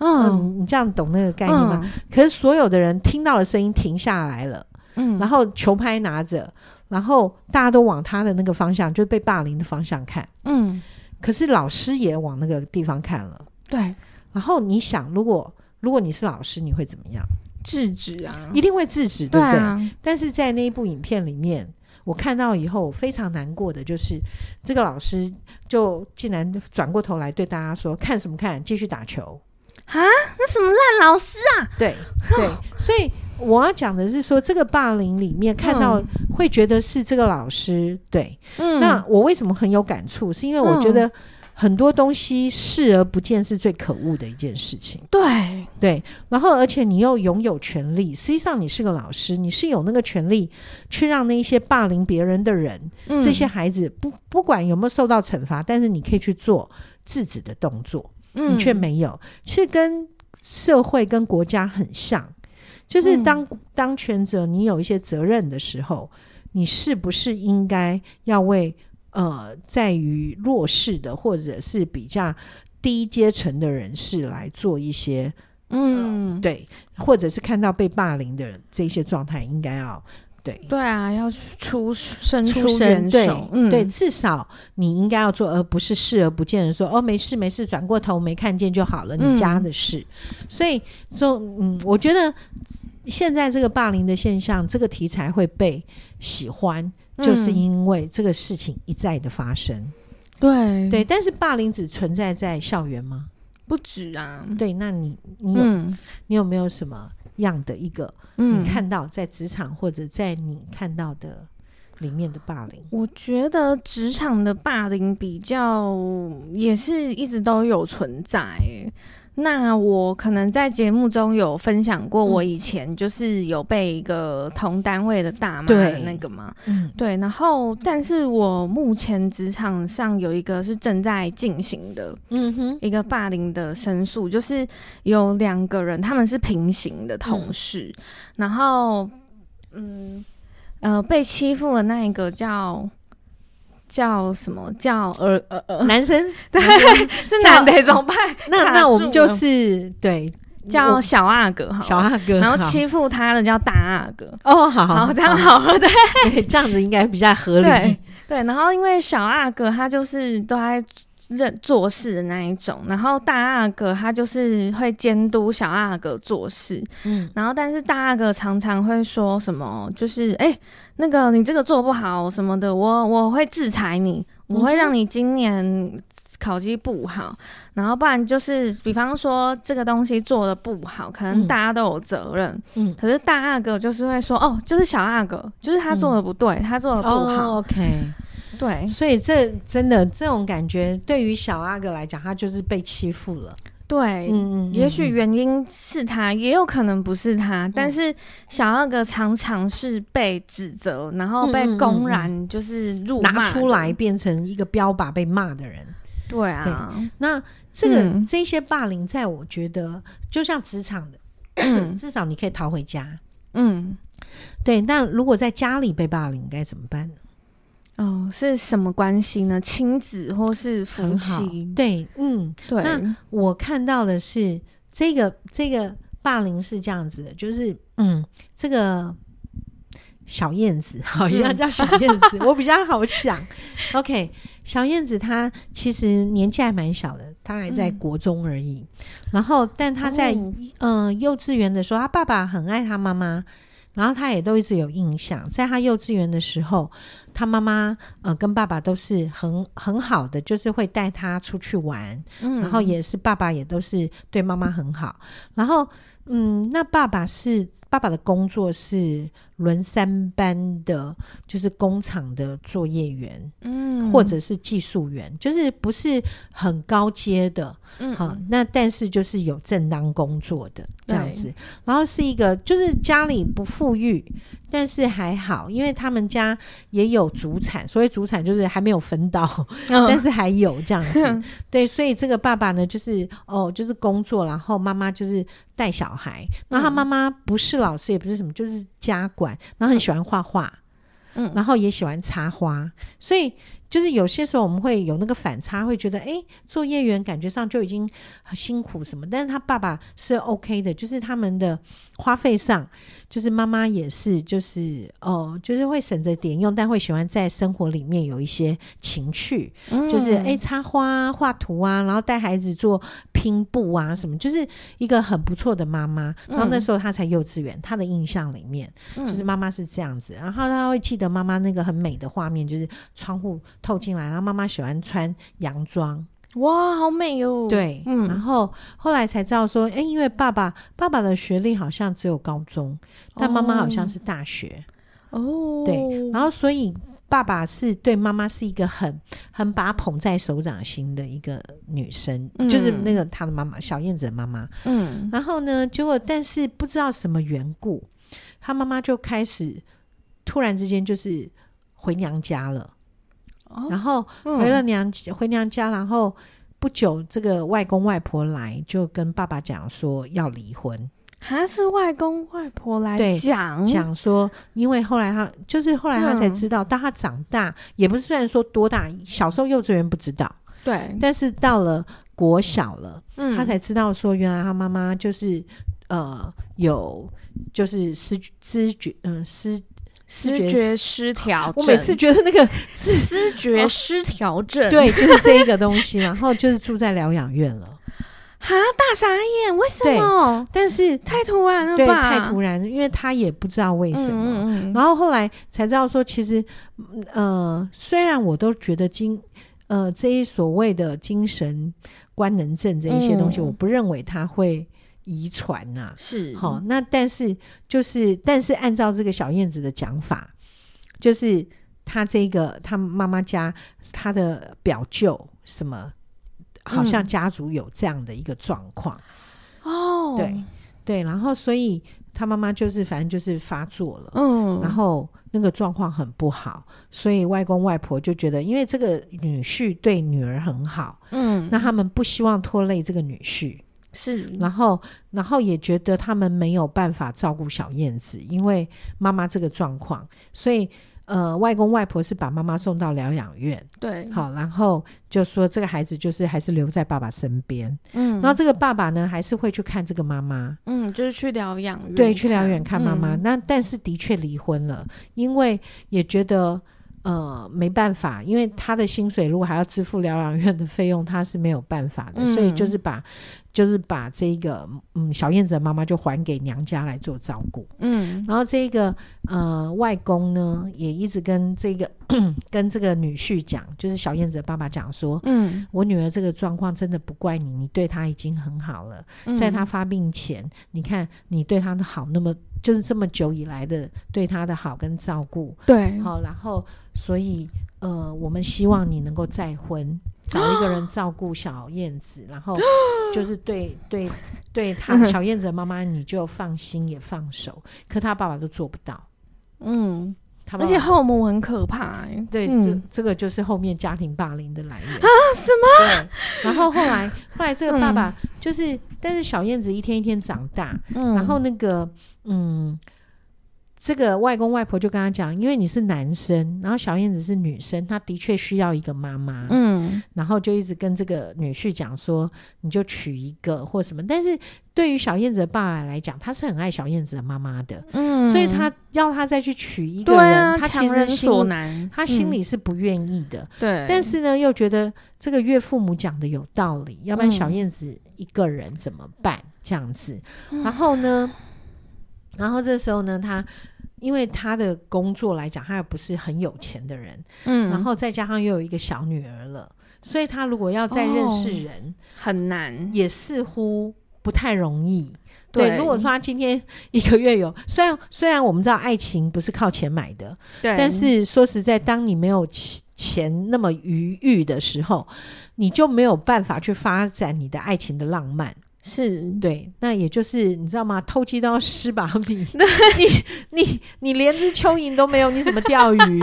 [SPEAKER 1] 嗯，嗯，嗯
[SPEAKER 2] 嗯，你这样懂那个概念吗？可是所有的人听到了声音停下来了，
[SPEAKER 1] 嗯？嗯，
[SPEAKER 2] 然后球拍拿着，然后大家都往他的那个方向，就是被霸凌的方向看。
[SPEAKER 1] 嗯，
[SPEAKER 2] 可是老师也往那个地方看了。
[SPEAKER 1] 对，
[SPEAKER 2] 然后你想，如果如果你是老师，你会怎么样？
[SPEAKER 1] 制止啊，
[SPEAKER 2] 一定会制止，
[SPEAKER 1] 对
[SPEAKER 2] 不对？
[SPEAKER 1] 啊，
[SPEAKER 2] 但是在那一部影片里面，我看到以后非常难过的就是，这个老师就竟然转过头来对大家说：“看什么看，继续打球。
[SPEAKER 1] 那什么烂老师啊，
[SPEAKER 2] 对”对所以我要讲的是说，这个霸凌里面看到
[SPEAKER 1] 嗯
[SPEAKER 2] 会觉得是这个老师对。
[SPEAKER 1] 嗯，
[SPEAKER 2] 那我为什么很有感触？是因为我觉得很多东西视而不见是最可恶的一件事情。
[SPEAKER 1] 对，
[SPEAKER 2] 对，然后而且你又拥有权利，实际上你是个老师，你是有那个权利去让那一些霸凌别人的人，
[SPEAKER 1] 嗯
[SPEAKER 2] 这些，孩子不不管有没有受到惩罚，但是你可以去做制止的动作，
[SPEAKER 1] 嗯
[SPEAKER 2] 你却，没有。其实跟社会跟国家很像，就是当、
[SPEAKER 1] 嗯
[SPEAKER 2] 当权者你有一些责任的时候，你是不是应该要为呃在于弱势的或者是比较低阶层的人士来做一些？
[SPEAKER 1] 嗯，
[SPEAKER 2] 对，或者是看到被霸凌的这些状态，应该要对
[SPEAKER 1] 对啊，要出伸
[SPEAKER 2] 出
[SPEAKER 1] 援
[SPEAKER 2] 声，对、
[SPEAKER 1] 手，嗯，
[SPEAKER 2] 对，至少你应该要做，而不是视而不见的说哦没事没事，转过头没看见就好了，
[SPEAKER 1] 嗯
[SPEAKER 2] 你家的事。所以说，嗯，我觉得现在这个霸凌的现象，这个题材会被喜欢。就是
[SPEAKER 1] 嗯
[SPEAKER 2] 因为这个事情一再的发生，
[SPEAKER 1] 对
[SPEAKER 2] 对，但是霸凌只存在在校园吗？
[SPEAKER 1] 不止啊，
[SPEAKER 2] 对，那你你有、
[SPEAKER 1] 嗯
[SPEAKER 2] 你有没有什么样的一个
[SPEAKER 1] 嗯，
[SPEAKER 2] 你看到在职场或者在你看到的里面的霸凌，
[SPEAKER 1] 我觉得职场的霸凌比较也是一直都有存在欸，那我可能在节目中有分享过，我以前就是有被一个同单位的大妈的那个嘛，
[SPEAKER 2] 嗯，
[SPEAKER 1] 对，然后但是我目前职场上有一个是正在进行的
[SPEAKER 2] 嗯哼，
[SPEAKER 1] 一个霸凌的申诉，就是有两个人他们是平行的同事，然后嗯呃被欺负的那一个叫。叫什么叫呃呃呃？
[SPEAKER 2] 男生，
[SPEAKER 1] 对，是
[SPEAKER 2] 叫
[SPEAKER 1] 男的怎么办？
[SPEAKER 2] 那
[SPEAKER 1] 卡
[SPEAKER 2] 那我
[SPEAKER 1] 住
[SPEAKER 2] 们就
[SPEAKER 1] 了
[SPEAKER 2] 是对
[SPEAKER 1] 叫
[SPEAKER 2] 我
[SPEAKER 1] 小阿哥好了，
[SPEAKER 2] 小阿哥，
[SPEAKER 1] 然后
[SPEAKER 2] 好
[SPEAKER 1] 欺负他的叫大阿哥。
[SPEAKER 2] 哦，好
[SPEAKER 1] 好，
[SPEAKER 2] 好，
[SPEAKER 1] 这样好了，对
[SPEAKER 2] 对，这样子应该比较合理
[SPEAKER 1] 对。对。然后因为小阿哥他就是都在认做事的那一种，然后大阿哥他就是会监督小阿哥做事，
[SPEAKER 2] 嗯，
[SPEAKER 1] 然后但是大阿哥常常会说什么，就是哎、诶那个你这个做不好什么的，我我会制裁你，我
[SPEAKER 2] 嗯
[SPEAKER 1] 会让你今年考绩不好，然后不然就是比方说这个东西做的不好，可能
[SPEAKER 2] 嗯
[SPEAKER 1] 大家都有责任，
[SPEAKER 2] 嗯
[SPEAKER 1] 可是大阿哥就是会说哦，就是小阿哥，就是他做的不对，他做的不好，
[SPEAKER 2] 哦，OK，
[SPEAKER 1] 对
[SPEAKER 2] 所以这真的这种感觉，对于小阿哥来讲，他就是被欺负了。
[SPEAKER 1] 对，哎
[SPEAKER 2] 嗯
[SPEAKER 1] 也许原因是他，也有可能不是他，但是小二哥常常是被指责，然后被公
[SPEAKER 2] 嗯
[SPEAKER 1] 然就是辱骂的
[SPEAKER 2] 拿出来。变成一个标靶被骂的人。
[SPEAKER 1] 对啊，
[SPEAKER 2] 那这个、
[SPEAKER 1] 嗯
[SPEAKER 2] 这些霸凌，在我觉得就像职场的，
[SPEAKER 1] 嗯
[SPEAKER 2] 至少你可以逃回家。
[SPEAKER 1] 嗯，
[SPEAKER 2] 对，那如果在家里被霸凌该怎么办呢？
[SPEAKER 1] 哦，是什么关系呢？亲子或是夫
[SPEAKER 2] 很好
[SPEAKER 1] 妻？
[SPEAKER 2] 对，嗯，
[SPEAKER 1] 对，
[SPEAKER 2] 那我看到的是这个这个霸凌是这样子的，就是嗯，这个小燕子，
[SPEAKER 1] 嗯
[SPEAKER 2] 好，一样叫小燕子，我比较好讲。OK，小燕子她其实年纪还蛮小的，她还在
[SPEAKER 1] 嗯
[SPEAKER 2] 国中而已。然后，但她在
[SPEAKER 1] 哦
[SPEAKER 2] 嗯、呃幼稚园的时候，她爸爸很爱她妈妈。然后她也都一直有印象，在她幼稚园的时候，她妈妈呃跟爸爸都是很很好的，就是会带她出去玩，
[SPEAKER 1] 嗯
[SPEAKER 2] 然后也是爸爸也都是对妈妈很好。然后，嗯，那爸爸是爸爸的工作是轮三班的，就是工厂的作业员、
[SPEAKER 1] 嗯
[SPEAKER 2] 或者是技术员，就是不是很高阶的，
[SPEAKER 1] 嗯
[SPEAKER 2] 好、那但是就是有正当工作的这样
[SPEAKER 1] 对
[SPEAKER 2] 子，然后是一个就是家里不富裕，但是还好，因为他们家也有主产，所以主产就是还没有分到， 但
[SPEAKER 1] 嗯
[SPEAKER 2] 是还有这样子，对，所以这个爸爸呢，就是哦，就是工作，然后妈妈就是带小孩，
[SPEAKER 1] 嗯
[SPEAKER 2] 然后他妈妈不是老师，也不是什么，就是家管，然后很喜欢画画，
[SPEAKER 1] 嗯
[SPEAKER 2] 然后也喜欢插花，所以就是有些时候我们会有那个反差，会觉得哎，诶作业员感觉上就已经很辛苦什么，但是他爸爸是 OK 的，就是他们的花费上，就是妈妈也是，就是哦，就是会省着点用，但会喜欢在生活里面有一些情趣，
[SPEAKER 1] 嗯
[SPEAKER 2] 就是哎、诶插花啊、画图啊，然后带孩子做拼布啊什么，就是一个很不错的妈妈。然后那
[SPEAKER 1] 嗯
[SPEAKER 2] 时候她才幼稚园，她的印象里面就是妈妈是这样子，然后她会记得妈妈那个很美的画面，就是窗户透进来，然后妈妈喜欢穿洋装，
[SPEAKER 1] 哇，好美哦。，
[SPEAKER 2] 对，
[SPEAKER 1] 嗯
[SPEAKER 2] 然后后来才知道说，哎、因为爸爸爸爸的学历好像只有高中，但妈妈好像是大学，
[SPEAKER 1] 哦，
[SPEAKER 2] 对，然后所以爸爸是对妈妈是一个很很把她捧在手掌心的一个女生，
[SPEAKER 1] 嗯
[SPEAKER 2] 就是那个她的妈妈小燕子的妈妈。
[SPEAKER 1] 嗯
[SPEAKER 2] 然后呢，结果但是不知道什么缘故，她妈妈就开始突然之间就是回娘家了，
[SPEAKER 1] 哦
[SPEAKER 2] 然后
[SPEAKER 1] 嗯
[SPEAKER 2] 回了娘家回娘家，然后。不久，这个外公外婆来，就跟爸爸讲说要离婚，
[SPEAKER 1] 还是外公外婆来
[SPEAKER 2] 对
[SPEAKER 1] 讲
[SPEAKER 2] 讲说，因为后来他就是后来他才知道，当他长大，也不是虽然说多大，小时候幼稚园不知道，
[SPEAKER 1] 对，
[SPEAKER 2] 但是到了国小了，
[SPEAKER 1] 嗯
[SPEAKER 2] 他才知道说，原来他妈妈就是呃有就是失知觉，嗯、失。
[SPEAKER 1] 视
[SPEAKER 2] 觉
[SPEAKER 1] 觉失调症，
[SPEAKER 2] 我每次觉得那个
[SPEAKER 1] 视觉失调症，
[SPEAKER 2] 对，就是这一个东西，然后就是住在疗养院了，
[SPEAKER 1] 哈，大傻眼，为什么？
[SPEAKER 2] 但是
[SPEAKER 1] 太突然了
[SPEAKER 2] 对
[SPEAKER 1] 吧？
[SPEAKER 2] 太突然，因为他也不知道为什么，
[SPEAKER 1] 嗯嗯嗯
[SPEAKER 2] 然后后来才知道说，其实，嗯呃，虽然我都觉得精，呃，这一所谓的精神官能症这一些东西，
[SPEAKER 1] 嗯
[SPEAKER 2] 我不认为它会遗传呐、
[SPEAKER 1] 是
[SPEAKER 2] 好、那但是就是，但是按照这个小燕子的讲法，就是她这个她妈妈家她的表舅什么。好
[SPEAKER 1] 嗯
[SPEAKER 2] 像家族有这样的一个状况，
[SPEAKER 1] 哦，
[SPEAKER 2] 对，对，然后所以他妈妈就是反正就是发作了，
[SPEAKER 1] 嗯，
[SPEAKER 2] 然后那个状况很不好，所以外公外婆就觉得，因为这个女婿对女儿很好，
[SPEAKER 1] 嗯，
[SPEAKER 2] 那他们不希望拖累这个女婿，
[SPEAKER 1] 是，
[SPEAKER 2] 然后然后也觉得他们没有办法照顾小燕子，因为妈妈这个状况，所以呃，外公外婆是把妈妈送到疗养院，
[SPEAKER 1] 对，
[SPEAKER 2] 好，然后就说这个孩子就是还是留在爸爸身边，
[SPEAKER 1] 嗯，
[SPEAKER 2] 然后这个爸爸呢还是会去看这个妈妈，
[SPEAKER 1] 嗯，就是去疗养院看，
[SPEAKER 2] 对，去疗养院看妈妈。
[SPEAKER 1] 嗯
[SPEAKER 2] 那但是的确离婚了，因为也觉得呃没办法，因为他的薪水如果还要支付疗养院的费用，他是没有办法的，所以
[SPEAKER 1] 嗯
[SPEAKER 2] 就是把就是把这个嗯小燕子的妈妈就还给娘家来做照顾。
[SPEAKER 1] 嗯，
[SPEAKER 2] 然后这个呃外公呢，也一直跟这个 跟这个女婿讲，就是小燕子的爸爸讲说。
[SPEAKER 1] 嗯
[SPEAKER 2] 我女儿这个状况真的不怪你，你对她已经很好了。
[SPEAKER 1] 嗯，
[SPEAKER 2] 在他发病前，你看你对他的好，那么就是这么久以来的对他的好跟照顾，
[SPEAKER 1] 对，
[SPEAKER 2] 好，然后所以呃，我们希望你能够再 婚，找一个人照顾小燕子，然后就是对对对
[SPEAKER 1] 嗯
[SPEAKER 2] 他小燕子的妈妈，你就放心也放手，可他爸爸都做不到，
[SPEAKER 1] 嗯，
[SPEAKER 2] 他
[SPEAKER 1] 而
[SPEAKER 2] 爸爸
[SPEAKER 1] 且后母很可怕欸，
[SPEAKER 2] 对，
[SPEAKER 1] 嗯
[SPEAKER 2] 这这个就是后面家庭霸凌的来源啊？什么？对，然后后来后来这个爸爸就是，但是小燕子一天一天长大，
[SPEAKER 1] 嗯，
[SPEAKER 2] 然后那个，嗯，这个外公外婆就跟他讲，因为你是男生，然后小燕子是女生，她的确需要一个妈妈，
[SPEAKER 1] 嗯，
[SPEAKER 2] 然后就一直跟这个女婿讲说，你就娶一个或什么。但是对于小燕子的爸爸来讲，他是很爱小燕子的妈妈的，
[SPEAKER 1] 嗯，
[SPEAKER 2] 所以他要他再去娶一个
[SPEAKER 1] 对
[SPEAKER 2] 人，
[SPEAKER 1] 啊，
[SPEAKER 2] 他
[SPEAKER 1] 强
[SPEAKER 2] 其实
[SPEAKER 1] 人
[SPEAKER 2] 心
[SPEAKER 1] 所难，
[SPEAKER 2] 他心
[SPEAKER 1] 嗯
[SPEAKER 2] 里是不愿意的，
[SPEAKER 1] 对，
[SPEAKER 2] 但是呢，又觉得这个岳父母讲的有道理，要不然
[SPEAKER 1] 嗯
[SPEAKER 2] 小燕子一个人怎么办？这样子，
[SPEAKER 1] 嗯
[SPEAKER 2] 然后呢，然后这时候呢，他因为他的工作来讲，他也不是很有钱的人，
[SPEAKER 1] 嗯，
[SPEAKER 2] 然后再加上又有一个小女儿了，所以他如果要再认
[SPEAKER 1] 哦
[SPEAKER 2] 识人，
[SPEAKER 1] 很难，
[SPEAKER 2] 也似乎。不太容易，对。
[SPEAKER 1] 对
[SPEAKER 2] 如果说他今天一个月有，虽然虽然我们知道爱情不是靠钱买的，
[SPEAKER 1] 对，
[SPEAKER 2] 但是说实在，当你没有钱钱那么余裕的时候，你就没有办法去发展你的爱情的浪漫。
[SPEAKER 1] 是
[SPEAKER 2] 对，那也就是你知道吗？偷鸡都要失 把米，你你你连只蚯蚓都没有，你怎么钓鱼？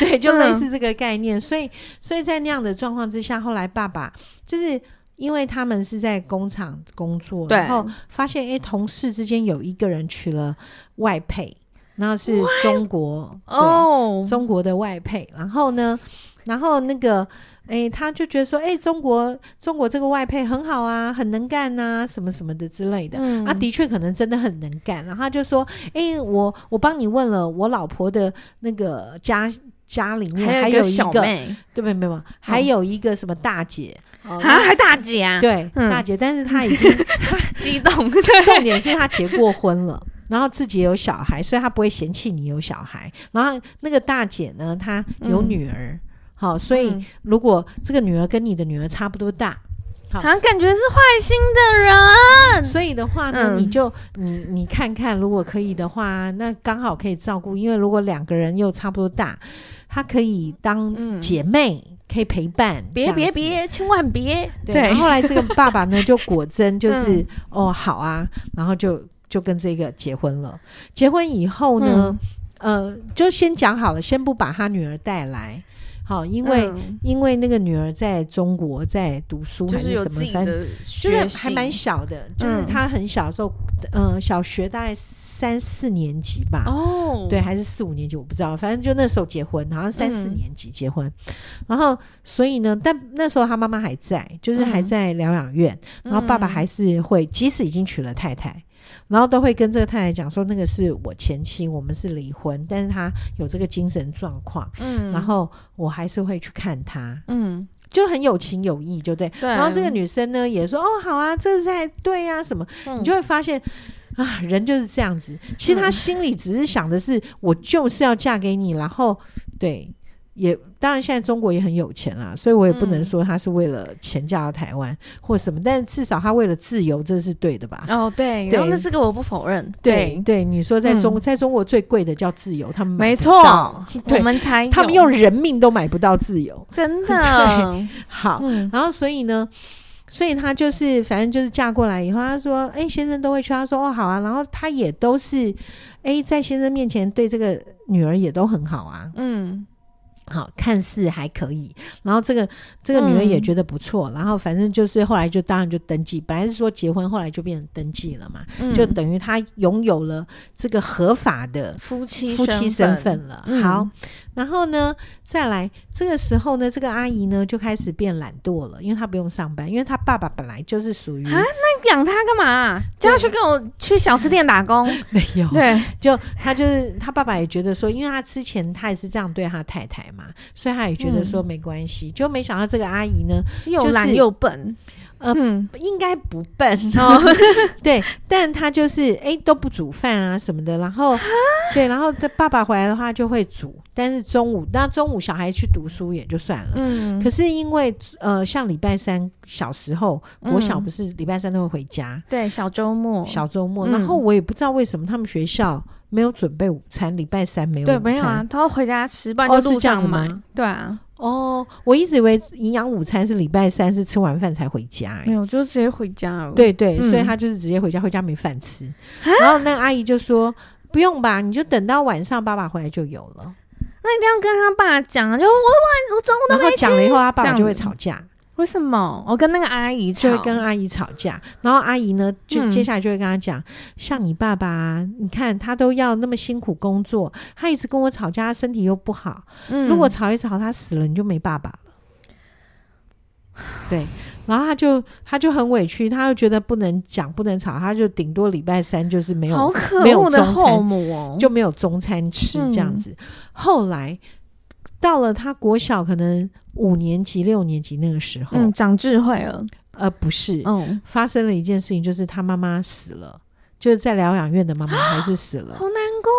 [SPEAKER 2] 对，
[SPEAKER 1] 嗯
[SPEAKER 2] 就类似这个概念。所以所以在那样的状况之下，后来爸爸就是。因为他们是在工厂工作，
[SPEAKER 1] 对
[SPEAKER 2] 然后发现诶，同事之间有一个人娶了外配，然后是中国对
[SPEAKER 1] 哦，
[SPEAKER 2] 中国的外配，然后呢，然后那个，诶，他就觉得说，诶，中国中国这个外配很好啊，很能干呐、什么什么的之类的。
[SPEAKER 1] 嗯
[SPEAKER 2] 啊，的确可能真的很能干。然后他就说，诶，我我帮你问了，我老婆的那个家家里面
[SPEAKER 1] 还
[SPEAKER 2] 还
[SPEAKER 1] 有一个
[SPEAKER 2] 一
[SPEAKER 1] 小
[SPEAKER 2] 个，
[SPEAKER 1] 妹，哦
[SPEAKER 2] 对没没有，还有一个什么大姐，哦
[SPEAKER 1] 啊，还大姐啊，
[SPEAKER 2] 对、
[SPEAKER 1] 嗯
[SPEAKER 2] 大姐，但是她已经，
[SPEAKER 1] 激 动，对，
[SPEAKER 2] 重点是她结过婚了。然后自己也有小孩，所以她不会嫌弃你有小孩。然后那个大姐呢，她有
[SPEAKER 1] 嗯
[SPEAKER 2] 女儿，好、所以
[SPEAKER 1] 嗯
[SPEAKER 2] 如果这个女儿跟你的女儿差不多大，
[SPEAKER 1] 好
[SPEAKER 2] 好
[SPEAKER 1] 像啊感觉是坏心的人，
[SPEAKER 2] 所以的话呢，
[SPEAKER 1] 嗯
[SPEAKER 2] 你就你你看看，如果可以的话，那刚好可以照顾，因为如果两个人又差不多大，她可以当
[SPEAKER 1] 嗯
[SPEAKER 2] 姐妹，可以陪伴。这
[SPEAKER 1] 别
[SPEAKER 2] 样
[SPEAKER 1] 别
[SPEAKER 2] 子
[SPEAKER 1] 别，千万别，
[SPEAKER 2] 对，然后后来这个爸爸呢，就果真就是、
[SPEAKER 1] 嗯
[SPEAKER 2] 哦好啊，然后就就跟这个结婚了。结婚以后呢，
[SPEAKER 1] 嗯
[SPEAKER 2] 呃，就先讲好了，先不把他女儿带来，好，因为、
[SPEAKER 1] 嗯
[SPEAKER 2] 因为那个女儿在中国在读书
[SPEAKER 1] 就
[SPEAKER 2] 还
[SPEAKER 1] 有
[SPEAKER 2] 什么
[SPEAKER 1] 自，己
[SPEAKER 2] 反正
[SPEAKER 1] 的
[SPEAKER 2] 就
[SPEAKER 1] 学
[SPEAKER 2] 是还
[SPEAKER 1] 习，
[SPEAKER 2] 蛮小的，就是
[SPEAKER 1] 嗯
[SPEAKER 2] 她很小的时候，嗯、呃，小学大概三四年级吧，
[SPEAKER 1] 哦，
[SPEAKER 2] 对，，还是四五年级，我不知道，反正就那时候结婚，好像三四
[SPEAKER 1] 嗯
[SPEAKER 2] 年级结婚，然后所以呢，但那时候他妈妈还在，就是还
[SPEAKER 1] 嗯
[SPEAKER 2] 在疗养院，然后爸爸
[SPEAKER 1] 嗯
[SPEAKER 2] 还是会，即使已经娶了太太。然后都会跟这个太太讲说，那个是我前妻，我们是离婚，但是他有这个精神状况，
[SPEAKER 1] 嗯，
[SPEAKER 2] 然后我还是会去看他，
[SPEAKER 1] 嗯，
[SPEAKER 2] 就很有情有义，就对。
[SPEAKER 1] 对，
[SPEAKER 2] 然后这个女生呢也说，哦，好啊，这才对啊，什么，你
[SPEAKER 1] 嗯
[SPEAKER 2] 就会发现啊，人就是这样子。其实她心里只是想的是，我就是要嫁给你，然后对，也当然现在中国也很有钱啦，所以我也不能
[SPEAKER 1] 嗯
[SPEAKER 2] 说她是为了钱嫁到台湾或什么，但至少她为了自由，这是对的吧？
[SPEAKER 1] 哦，对，
[SPEAKER 2] 对
[SPEAKER 1] 然后那这个我不否认，
[SPEAKER 2] 对对，你说在中、
[SPEAKER 1] 嗯
[SPEAKER 2] 在中国最贵的叫自由，他们买
[SPEAKER 1] 没
[SPEAKER 2] 不
[SPEAKER 1] 错
[SPEAKER 2] 到
[SPEAKER 1] 我
[SPEAKER 2] 对，
[SPEAKER 1] 们才
[SPEAKER 2] 他们
[SPEAKER 1] 有
[SPEAKER 2] 用人命都买不到自由。
[SPEAKER 1] 真的，
[SPEAKER 2] 好，
[SPEAKER 1] 嗯
[SPEAKER 2] 然后所以呢，所以她就是反正就是嫁过来以后，她说：“哎、先生都会去。”她说：“哦，好啊。”然后她也都是哎、在先生面前对这个女儿也都很好啊，
[SPEAKER 1] 嗯，
[SPEAKER 2] 好看似还可以。然后这个这个女儿也觉得不错，然后反正就是后来就当然就登记，本来是说结婚，后来就变成登记了嘛，
[SPEAKER 1] 嗯
[SPEAKER 2] 就等于她拥有了这个合法的
[SPEAKER 1] 夫妻
[SPEAKER 2] 夫妻身份了。
[SPEAKER 1] 嗯
[SPEAKER 2] 好，然后呢，再来这个时候呢，这个阿姨呢就开始变懒惰了，因为她不用上班，因为她爸爸本来就是属于
[SPEAKER 1] 啊那养他干嘛？叫他去跟我去小吃店打工？
[SPEAKER 2] 没有，
[SPEAKER 1] 对，
[SPEAKER 2] 就他就是他爸爸也觉得说，因为他之前他也是这样对他太太嘛，所以他也觉得说没关系，就没想到这个阿姨呢，
[SPEAKER 1] 又懒又笨。
[SPEAKER 2] 呃
[SPEAKER 1] 嗯，
[SPEAKER 2] 应该不笨哦， 对，但她就是哎、都不煮饭啊什么的，然后对，然后他爸爸回来的话就会煮，但是中午那中午小孩去读书也就算了，
[SPEAKER 1] 嗯，
[SPEAKER 2] 可是因为呃，像礼拜三小时候，国小
[SPEAKER 1] 嗯
[SPEAKER 2] 不是礼拜三都会回家，
[SPEAKER 1] 对，小周末，
[SPEAKER 2] 小周末，
[SPEAKER 1] 嗯
[SPEAKER 2] 然后我也不知道为什么他们学校没有准备午餐，礼拜三没有
[SPEAKER 1] 对，
[SPEAKER 2] 午
[SPEAKER 1] 没有啊
[SPEAKER 2] 餐。，
[SPEAKER 1] 他要回家吃，不然
[SPEAKER 2] 哦
[SPEAKER 1] 就路
[SPEAKER 2] 是这
[SPEAKER 1] 上
[SPEAKER 2] 样子
[SPEAKER 1] 买
[SPEAKER 2] 吗。
[SPEAKER 1] 对啊，
[SPEAKER 2] 哦，我一直以为营养午餐是礼拜三是吃完饭才回家、欸
[SPEAKER 1] 没有，就直接回家了。，
[SPEAKER 2] 对对，
[SPEAKER 1] 嗯啊
[SPEAKER 2] 所以他就是直接回家，回家没饭吃。然后那个阿姨就说：“不用吧，你就等到晚上爸爸回来就有了。
[SPEAKER 1] 那一定要跟他爸讲啊，就我晚我中午”
[SPEAKER 2] 然
[SPEAKER 1] 都
[SPEAKER 2] 后
[SPEAKER 1] 没
[SPEAKER 2] 讲了以后，他爸
[SPEAKER 1] 这
[SPEAKER 2] 爸
[SPEAKER 1] 样
[SPEAKER 2] 就会
[SPEAKER 1] 子
[SPEAKER 2] 吵架。
[SPEAKER 1] 为什么？我跟那个阿姨
[SPEAKER 2] 就
[SPEAKER 1] 吵
[SPEAKER 2] 会跟阿姨吵架，然后阿姨呢，就
[SPEAKER 1] 嗯
[SPEAKER 2] 接下来就会跟他讲，像你爸爸啊，你看他都要那么辛苦工作，他一直跟我吵架，他身体又不好，
[SPEAKER 1] 嗯
[SPEAKER 2] 如果吵一吵他死了，你就没爸爸了。对，然后他就他就很委屈，他又觉得不能讲，不能吵，他就顶多礼拜三就是没
[SPEAKER 1] 好
[SPEAKER 2] 有
[SPEAKER 1] 可嗯
[SPEAKER 2] 没有
[SPEAKER 1] 恶的
[SPEAKER 2] 中餐
[SPEAKER 1] 后母哦，
[SPEAKER 2] 就没有中餐吃这样子。后来到了他国小可能五年级六年级那个时候，
[SPEAKER 1] 嗯长智慧了，
[SPEAKER 2] 呃，不是，
[SPEAKER 1] 嗯，
[SPEAKER 2] 发生了一件事情，就是他妈妈死了，就是在疗养院的妈妈还是死了，
[SPEAKER 1] 好难过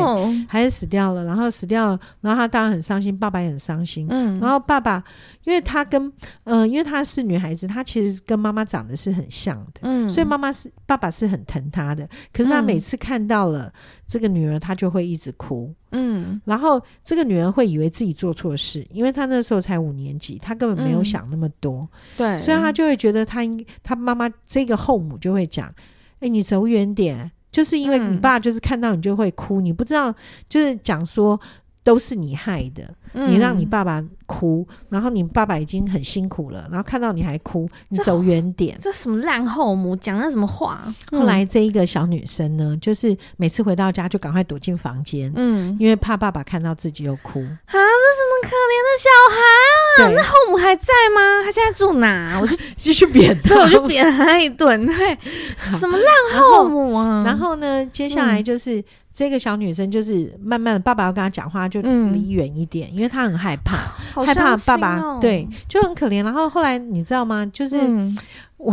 [SPEAKER 1] 哦，
[SPEAKER 2] 还是死掉了，然后死掉了，然后他当然很伤心，爸爸也很伤心。
[SPEAKER 1] 嗯，
[SPEAKER 2] 然后爸爸，因为他跟呃，因为她是女孩子，她其实跟妈妈长得是很像的，
[SPEAKER 1] 嗯，
[SPEAKER 2] 所以妈妈是爸爸是很疼她的。可是他
[SPEAKER 1] 嗯
[SPEAKER 2] 每次看到了这个女儿，他就会一直哭。
[SPEAKER 1] 嗯
[SPEAKER 2] 然后这个女儿会以为自己做错事，因为她那时候才五年级，她根本没有
[SPEAKER 1] 嗯
[SPEAKER 2] 想那么多。
[SPEAKER 1] 对，
[SPEAKER 2] 所以他就会觉得他应他妈妈这个后母就会讲：“哎、你走远点，就是因为你
[SPEAKER 1] 嗯
[SPEAKER 2] 爸就是看到你就会哭，你不知道就是讲说都是你害的，
[SPEAKER 1] 嗯
[SPEAKER 2] 你让你爸爸哭，然后你爸爸已经很辛苦了，然后看到你还哭，你
[SPEAKER 1] 这
[SPEAKER 2] 走远点。”嗯
[SPEAKER 1] 这什么烂后母讲那什么话？
[SPEAKER 2] 后来这一个小女生呢，就是每次回到家就赶快躲进房间。
[SPEAKER 1] 嗯，嗯，
[SPEAKER 2] 因为怕爸爸看到自己又哭，
[SPEAKER 1] 啊，这什么可怜的小孩啊？
[SPEAKER 2] 对
[SPEAKER 1] 那后母还在吗？他现在住 哪？我去，
[SPEAKER 2] 继续扁他
[SPEAKER 1] 我去扁他一顿，对， 什么烂后母啊？
[SPEAKER 2] 然后呢，接下来
[SPEAKER 1] 嗯
[SPEAKER 2] 就是、这个小女生，就是慢慢的，爸爸要跟她讲话，就
[SPEAKER 1] 嗯
[SPEAKER 2] 离远一点，因为她很害怕，
[SPEAKER 1] 好
[SPEAKER 2] 害怕
[SPEAKER 1] 伤心
[SPEAKER 2] 爸爸、
[SPEAKER 1] 哦
[SPEAKER 2] 对，，就很可怜。然后后来你知道吗？就是、
[SPEAKER 1] 嗯，
[SPEAKER 2] 我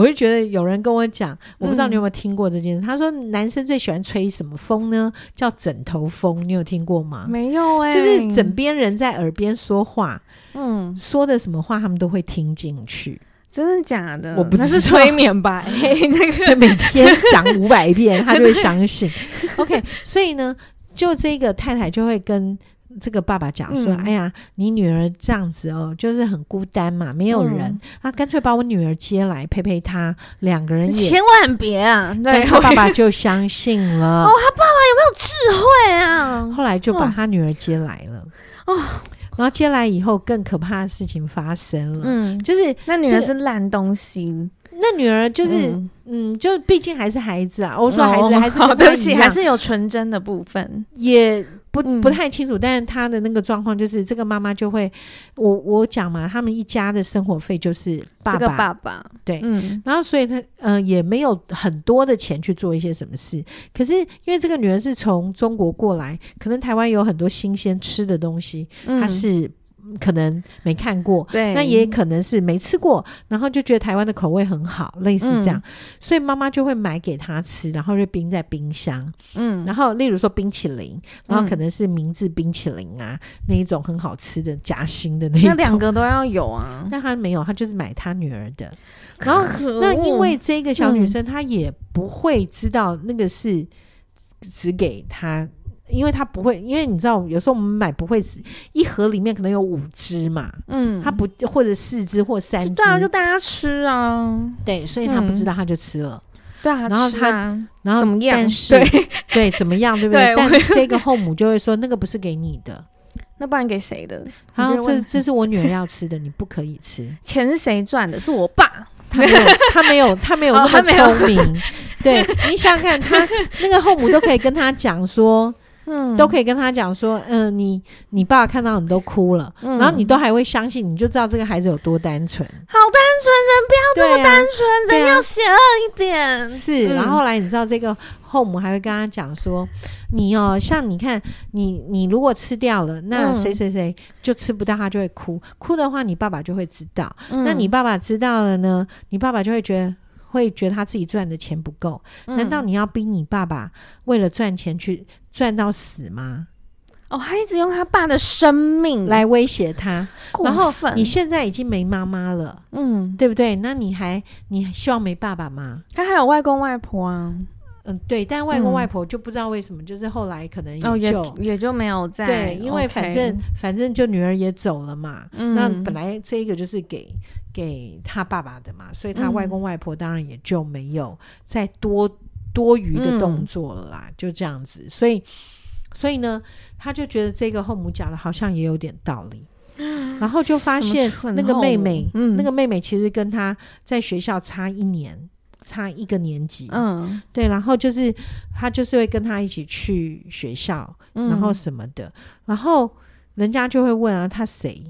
[SPEAKER 2] 会觉得有人跟我讲，我不知道
[SPEAKER 1] 嗯
[SPEAKER 2] 你有没有听过这件事。他说男生最喜欢吹什么风呢？叫枕头风，你有听过吗？
[SPEAKER 1] 没有哎，
[SPEAKER 2] 就是枕边人在耳边说话，
[SPEAKER 1] 嗯，
[SPEAKER 2] 说的什么话他们都会听进去。
[SPEAKER 1] 真的假的？
[SPEAKER 2] 我不
[SPEAKER 1] 那
[SPEAKER 2] 知
[SPEAKER 1] 是
[SPEAKER 2] 道
[SPEAKER 1] 催眠 吧？嘿，那 个，
[SPEAKER 2] 每天讲五百遍，他就会相 信。OK，所以呢，就这个太太就会跟这个爸爸讲说：“
[SPEAKER 1] 嗯
[SPEAKER 2] 哎呀，你女儿这样子哦，就是很孤单嘛，没有人
[SPEAKER 1] 嗯，
[SPEAKER 2] 那、干脆把我女儿接来陪陪她，两个人也。”
[SPEAKER 1] 千万别啊！对，
[SPEAKER 2] 他
[SPEAKER 1] 我
[SPEAKER 2] 爸爸就相信 了，
[SPEAKER 1] 对啊，
[SPEAKER 2] 后来就把
[SPEAKER 1] 哦
[SPEAKER 2] 他女儿接来了。
[SPEAKER 1] 哦，
[SPEAKER 2] 然后接来以后，更可怕的事情发生了，
[SPEAKER 1] 嗯，
[SPEAKER 2] 就是
[SPEAKER 1] 那女儿
[SPEAKER 2] 这
[SPEAKER 1] 是烂东西，
[SPEAKER 2] 那女儿就是
[SPEAKER 1] 嗯
[SPEAKER 2] 嗯就毕竟还是孩子啊，我说孩子、
[SPEAKER 1] 哦
[SPEAKER 2] 还是
[SPEAKER 1] 好
[SPEAKER 2] 跟
[SPEAKER 1] 对
[SPEAKER 2] 他
[SPEAKER 1] 不
[SPEAKER 2] 一
[SPEAKER 1] 起，
[SPEAKER 2] 样
[SPEAKER 1] 还是有纯真的部分。
[SPEAKER 2] 也不
[SPEAKER 1] 嗯
[SPEAKER 2] 不太清楚，但是他的那个状况就是，这个妈妈就会，我我讲嘛，他们一家的生活费就是爸
[SPEAKER 1] 这个
[SPEAKER 2] 爸，
[SPEAKER 1] 爸爸，
[SPEAKER 2] 对
[SPEAKER 1] 嗯
[SPEAKER 2] 然后所以他呃也没有很多的钱去做一些什么事，可是因为这个女儿是从中国过来，可能台湾有很多新鲜吃的东西，
[SPEAKER 1] 嗯
[SPEAKER 2] 她是嗯可能没看过。
[SPEAKER 1] 对，
[SPEAKER 2] 那也可能是没吃过，然后就觉得台湾的口味很好，类似这样，
[SPEAKER 1] 嗯
[SPEAKER 2] 所以妈妈就会买给她吃，然后就冰在冰箱。
[SPEAKER 1] 嗯
[SPEAKER 2] 然后例如说冰淇淋，然后
[SPEAKER 1] 嗯
[SPEAKER 2] 可能是明治冰淇淋啊，那一种很好吃的夹心的那一
[SPEAKER 1] 那
[SPEAKER 2] 种。
[SPEAKER 1] 两个都要有啊。
[SPEAKER 2] 但他没有，他就是买他女儿的。 然后
[SPEAKER 1] 可恶
[SPEAKER 2] 那因为这个小女
[SPEAKER 1] 哦嗯
[SPEAKER 2] 生，她也不会知道那个是只给她因为它不会，因为你知道，有时候我们买不会死，一盒里面可能有五只嘛，
[SPEAKER 1] 嗯，
[SPEAKER 2] 它不或者四只或三只
[SPEAKER 1] 对，啊，就大家吃啊，
[SPEAKER 2] 对，所以他不
[SPEAKER 1] 嗯
[SPEAKER 2] 知道他就吃了。
[SPEAKER 1] 对啊，
[SPEAKER 2] 然后
[SPEAKER 1] 吃
[SPEAKER 2] 他
[SPEAKER 1] 啊
[SPEAKER 2] 然后
[SPEAKER 1] 怎么样
[SPEAKER 2] 但是
[SPEAKER 1] 对
[SPEAKER 2] 对怎么样，对不对？
[SPEAKER 1] 对我
[SPEAKER 2] 但这个后母就会说那个不是给你的，
[SPEAKER 1] 那不然给谁的？
[SPEAKER 2] 然
[SPEAKER 1] 你就
[SPEAKER 2] 后 这
[SPEAKER 1] 问
[SPEAKER 2] 这是我女儿要吃的，你不可以 吃。
[SPEAKER 1] 钱是谁赚的？是我爸。
[SPEAKER 2] 她没有，她没有，她没有
[SPEAKER 1] 哦
[SPEAKER 2] 那么
[SPEAKER 1] 她没有
[SPEAKER 2] 聪明。对你想想看，她那个后母都可以跟她讲说，
[SPEAKER 1] 嗯
[SPEAKER 2] 都可以跟她讲说，嗯、你你爸爸看到你都哭了，
[SPEAKER 1] 嗯
[SPEAKER 2] 然后你都还会相信，你就知道这个孩子有多单纯。
[SPEAKER 1] 好单纯，人不要这
[SPEAKER 2] 对
[SPEAKER 1] 么
[SPEAKER 2] 啊
[SPEAKER 1] 单纯，
[SPEAKER 2] 对啊
[SPEAKER 1] 人要邪恶一点。
[SPEAKER 2] 是，
[SPEAKER 1] 嗯
[SPEAKER 2] 然后后来你知道这个后母还会跟他讲说，你哦，像你看你你如果吃掉了，那
[SPEAKER 1] 嗯
[SPEAKER 2] 谁谁谁就吃不到，他就会哭，哭的话你爸爸就会知道，
[SPEAKER 1] 嗯
[SPEAKER 2] 那你爸爸知道了呢，你爸爸就会觉得。会觉得他自己赚的钱不够，难道
[SPEAKER 1] 嗯
[SPEAKER 2] 你要逼你爸爸为了赚钱去赚到死吗？
[SPEAKER 1] 哦，他一直用他爸的生命
[SPEAKER 2] 来威胁他？
[SPEAKER 1] 过
[SPEAKER 2] 然后
[SPEAKER 1] 分
[SPEAKER 2] 你现在已经没妈妈了，
[SPEAKER 1] 嗯，
[SPEAKER 2] 对不对？那你还你还希望没爸爸吗？
[SPEAKER 1] 他还有外公外婆啊，
[SPEAKER 2] 嗯，对，但外
[SPEAKER 1] 嗯
[SPEAKER 2] 公外婆就不知道为什么，就是后来可能
[SPEAKER 1] 哦，
[SPEAKER 2] 也
[SPEAKER 1] 也
[SPEAKER 2] 就、
[SPEAKER 1] 也就没有在
[SPEAKER 2] 对，因为反
[SPEAKER 1] OK
[SPEAKER 2] 正反正就女儿也走了嘛，
[SPEAKER 1] 嗯
[SPEAKER 2] 那本来这一个就是给给他爸爸的嘛，所以他
[SPEAKER 1] 嗯
[SPEAKER 2] 外公外婆当然也就没有再多多余的动作了
[SPEAKER 1] 嗯
[SPEAKER 2] 啦，就这样子，所以所以呢，他就觉得这个后母讲的好像也有点 道理。然后就发
[SPEAKER 1] 什么
[SPEAKER 2] 现
[SPEAKER 1] 蠢
[SPEAKER 2] 那个
[SPEAKER 1] 后
[SPEAKER 2] 妹
[SPEAKER 1] 母
[SPEAKER 2] 妹，
[SPEAKER 1] 嗯
[SPEAKER 2] 那个妹妹其实跟他在学校差一年，差一个年级，
[SPEAKER 1] 嗯，
[SPEAKER 2] 对，然后就是他就是会跟他一起去学校，
[SPEAKER 1] 嗯
[SPEAKER 2] 然后什么的，然后人家就会问啊，他谁？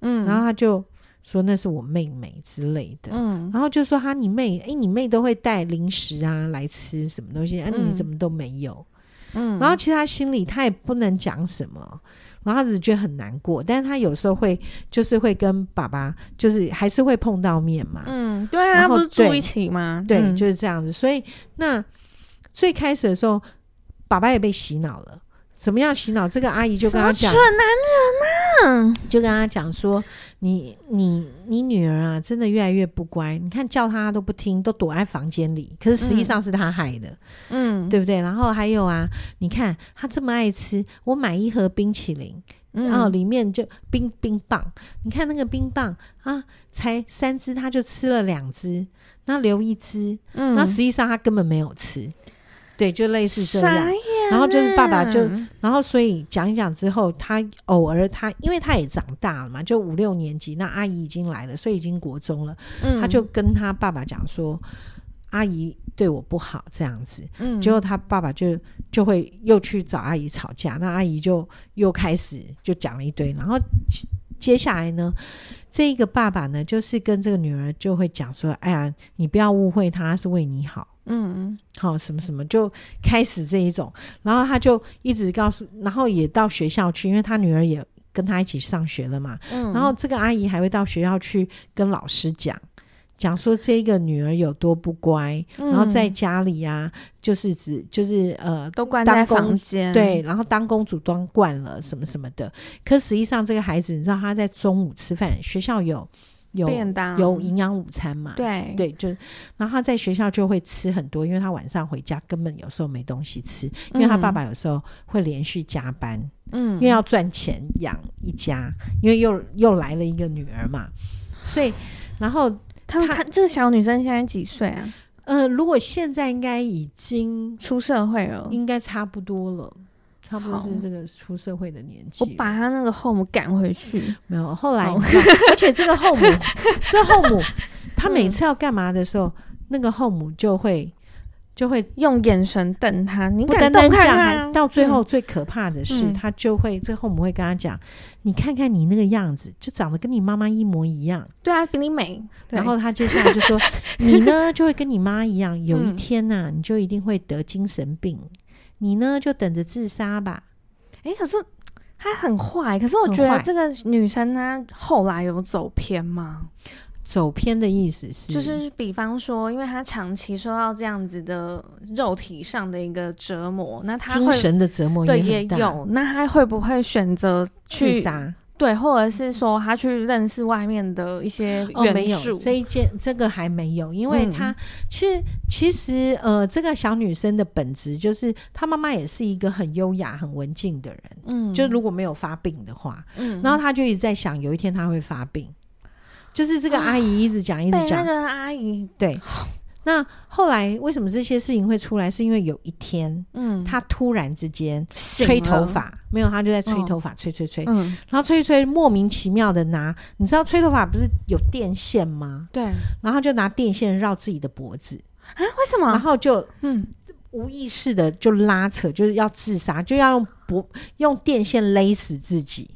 [SPEAKER 1] 嗯，
[SPEAKER 2] 然后他就说那是我妹妹之类的，
[SPEAKER 1] 嗯
[SPEAKER 2] 然后就说他啊你妹，诶，你妹都会带零食啊来吃什么东西，啊你
[SPEAKER 1] 嗯
[SPEAKER 2] 怎么都没有？
[SPEAKER 1] 嗯，
[SPEAKER 2] 然后其实他心里他也不能讲什么，然后他只觉得很难过，但是他有时候会就是会跟爸爸，就是还是会碰到面嘛，
[SPEAKER 1] 嗯，对啊，
[SPEAKER 2] 然
[SPEAKER 1] 他
[SPEAKER 2] 后
[SPEAKER 1] 不是住
[SPEAKER 2] 对
[SPEAKER 1] 一起吗？
[SPEAKER 2] 对，
[SPEAKER 1] 嗯
[SPEAKER 2] 就是这样子。所以那最开始的时候，爸爸也被洗脑了。怎么样洗脑？这个阿姨就跟他讲，
[SPEAKER 1] 嗯
[SPEAKER 2] 就跟他讲说，你你你女儿啊，真的越来越不乖。你看叫她她都不听，都躲在房间里。可是实际上是她害的，
[SPEAKER 1] 嗯，
[SPEAKER 2] 对不对？然后还有啊，你看她这么爱吃，我买一盒冰淇淋，
[SPEAKER 1] 嗯，
[SPEAKER 2] 然后里面就冰冰棒。你看那个冰棒啊，才三只，她就吃了两只，那留一只。
[SPEAKER 1] 嗯，
[SPEAKER 2] 那实际上他根本没有吃，对，就类似这
[SPEAKER 1] 傻
[SPEAKER 2] 样。
[SPEAKER 1] 眼
[SPEAKER 2] 然后就是爸爸就
[SPEAKER 1] 啊
[SPEAKER 2] 然后所以讲一讲之后，他偶尔他因为他也长大了嘛，就五六年级，那阿姨已经来了，所以已经国中了，
[SPEAKER 1] 嗯
[SPEAKER 2] 他就跟他爸爸讲说，阿姨对我不好这样子。
[SPEAKER 1] 嗯
[SPEAKER 2] 结果他爸爸就就会又去找阿姨吵架，那阿姨就又开始就讲了一堆，然后接接下来呢，这一个爸爸呢，就是跟这个女儿就会讲说，哎呀，你不要误会他，是为你好。
[SPEAKER 1] 嗯
[SPEAKER 2] 好、什么什么就开始这一种，然后他就一直告诉，然后也到学校去，因为他女儿也跟他一起上学了嘛，
[SPEAKER 1] 嗯，
[SPEAKER 2] 然后这个阿姨还会到学校去跟老师讲，讲说这个女儿有多不乖，然后在
[SPEAKER 1] 嗯
[SPEAKER 2] 家里啊，就是只就是呃。
[SPEAKER 1] 都关
[SPEAKER 2] 当
[SPEAKER 1] 在
[SPEAKER 2] 公
[SPEAKER 1] 房间，
[SPEAKER 2] 对，然后当公主当惯了什么什么的，可实际上这个孩子，你知道他在中午吃饭，学校有有
[SPEAKER 1] 便当
[SPEAKER 2] 有营养午餐嘛？
[SPEAKER 1] 对
[SPEAKER 2] 对，就然后他在学校就会吃很多，因为他晚上回家根本有时候没东西吃，因为他爸爸有时候会连续加班，
[SPEAKER 1] 嗯，
[SPEAKER 2] 因为要赚钱养一家，因为又又来了一个女儿嘛，所以然后
[SPEAKER 1] 他们
[SPEAKER 2] 他
[SPEAKER 1] 看这个小女生现在几岁啊？
[SPEAKER 2] 呃，如果现在应该已经
[SPEAKER 1] 出社会了。
[SPEAKER 2] 应该差不多了。差不多
[SPEAKER 1] 好
[SPEAKER 2] 是这个出社会的年纪
[SPEAKER 1] 我
[SPEAKER 2] 了，
[SPEAKER 1] 把她那个后母赶回去，
[SPEAKER 2] 没有。后来
[SPEAKER 1] 好
[SPEAKER 2] 你知道， 而且这个后 母，这后母，嗯她每次要干嘛的时候，那个后母就会就会
[SPEAKER 1] 用眼神瞪她，你
[SPEAKER 2] 不
[SPEAKER 1] 敢
[SPEAKER 2] 单
[SPEAKER 1] 动
[SPEAKER 2] 单这
[SPEAKER 1] 看
[SPEAKER 2] 样，
[SPEAKER 1] 她
[SPEAKER 2] 还
[SPEAKER 1] 啊？
[SPEAKER 2] 到最后最可怕的是，
[SPEAKER 1] 嗯
[SPEAKER 2] 他就会这个后母会跟他讲：“你看看你那个样子，就长得跟你妈妈一模一样。
[SPEAKER 1] 对啊，比你美。”对
[SPEAKER 2] 然后他接下来就 说：“你呢，就会跟你妈一样，有一
[SPEAKER 1] 嗯
[SPEAKER 2] 天呐、你就一定会得精神病。你呢，就等着自杀吧。
[SPEAKER 1] 哎、可是她很坏，可是我
[SPEAKER 2] 很
[SPEAKER 1] 觉得
[SPEAKER 2] 坏
[SPEAKER 1] 这个女生她后来有走偏吗？”
[SPEAKER 2] 走偏的意思是，
[SPEAKER 1] 就是比方说，因为她长期受到这样子的肉体上的一个折磨，那她
[SPEAKER 2] 精
[SPEAKER 1] 会
[SPEAKER 2] 神的折磨
[SPEAKER 1] 对
[SPEAKER 2] 很大，
[SPEAKER 1] 有，那她会不会选择
[SPEAKER 2] 自
[SPEAKER 1] 去
[SPEAKER 2] 杀。
[SPEAKER 1] 对，或者是说他去认识外面的一些
[SPEAKER 2] 哦，没
[SPEAKER 1] 元素，
[SPEAKER 2] 有这一件，这个还没有，因为
[SPEAKER 1] 嗯
[SPEAKER 2] 她、其实其实呃，这个小女生的本质就是她妈妈也是一个很优雅、很文静的人，
[SPEAKER 1] 嗯，
[SPEAKER 2] 就如果没有发病的话，
[SPEAKER 1] 嗯
[SPEAKER 2] 然后她就一直在想，有一天她会发病，就是这个阿姨一直讲、一直
[SPEAKER 1] 啊被那
[SPEAKER 2] 讲，
[SPEAKER 1] 个阿姨，
[SPEAKER 2] 对。那后来为什么这些事情会出来？是因为有一天
[SPEAKER 1] 嗯，
[SPEAKER 2] 她突然之间
[SPEAKER 1] 醒
[SPEAKER 2] 吹头
[SPEAKER 1] 了，
[SPEAKER 2] 发，没有，她就在吹
[SPEAKER 1] 嗯
[SPEAKER 2] 头发，吹吹吹，
[SPEAKER 1] 嗯，
[SPEAKER 2] 然后吹一吹，莫名其妙的拿，你知道吹头发不是有电线吗？
[SPEAKER 1] 对，啊
[SPEAKER 2] 然后他就拿电线绕自己的脖子，
[SPEAKER 1] 为什
[SPEAKER 2] 然
[SPEAKER 1] 么？
[SPEAKER 2] 后就
[SPEAKER 1] 嗯，
[SPEAKER 2] 无意识的就拉扯，就是要自杀，就要用脖用电线勒死自己。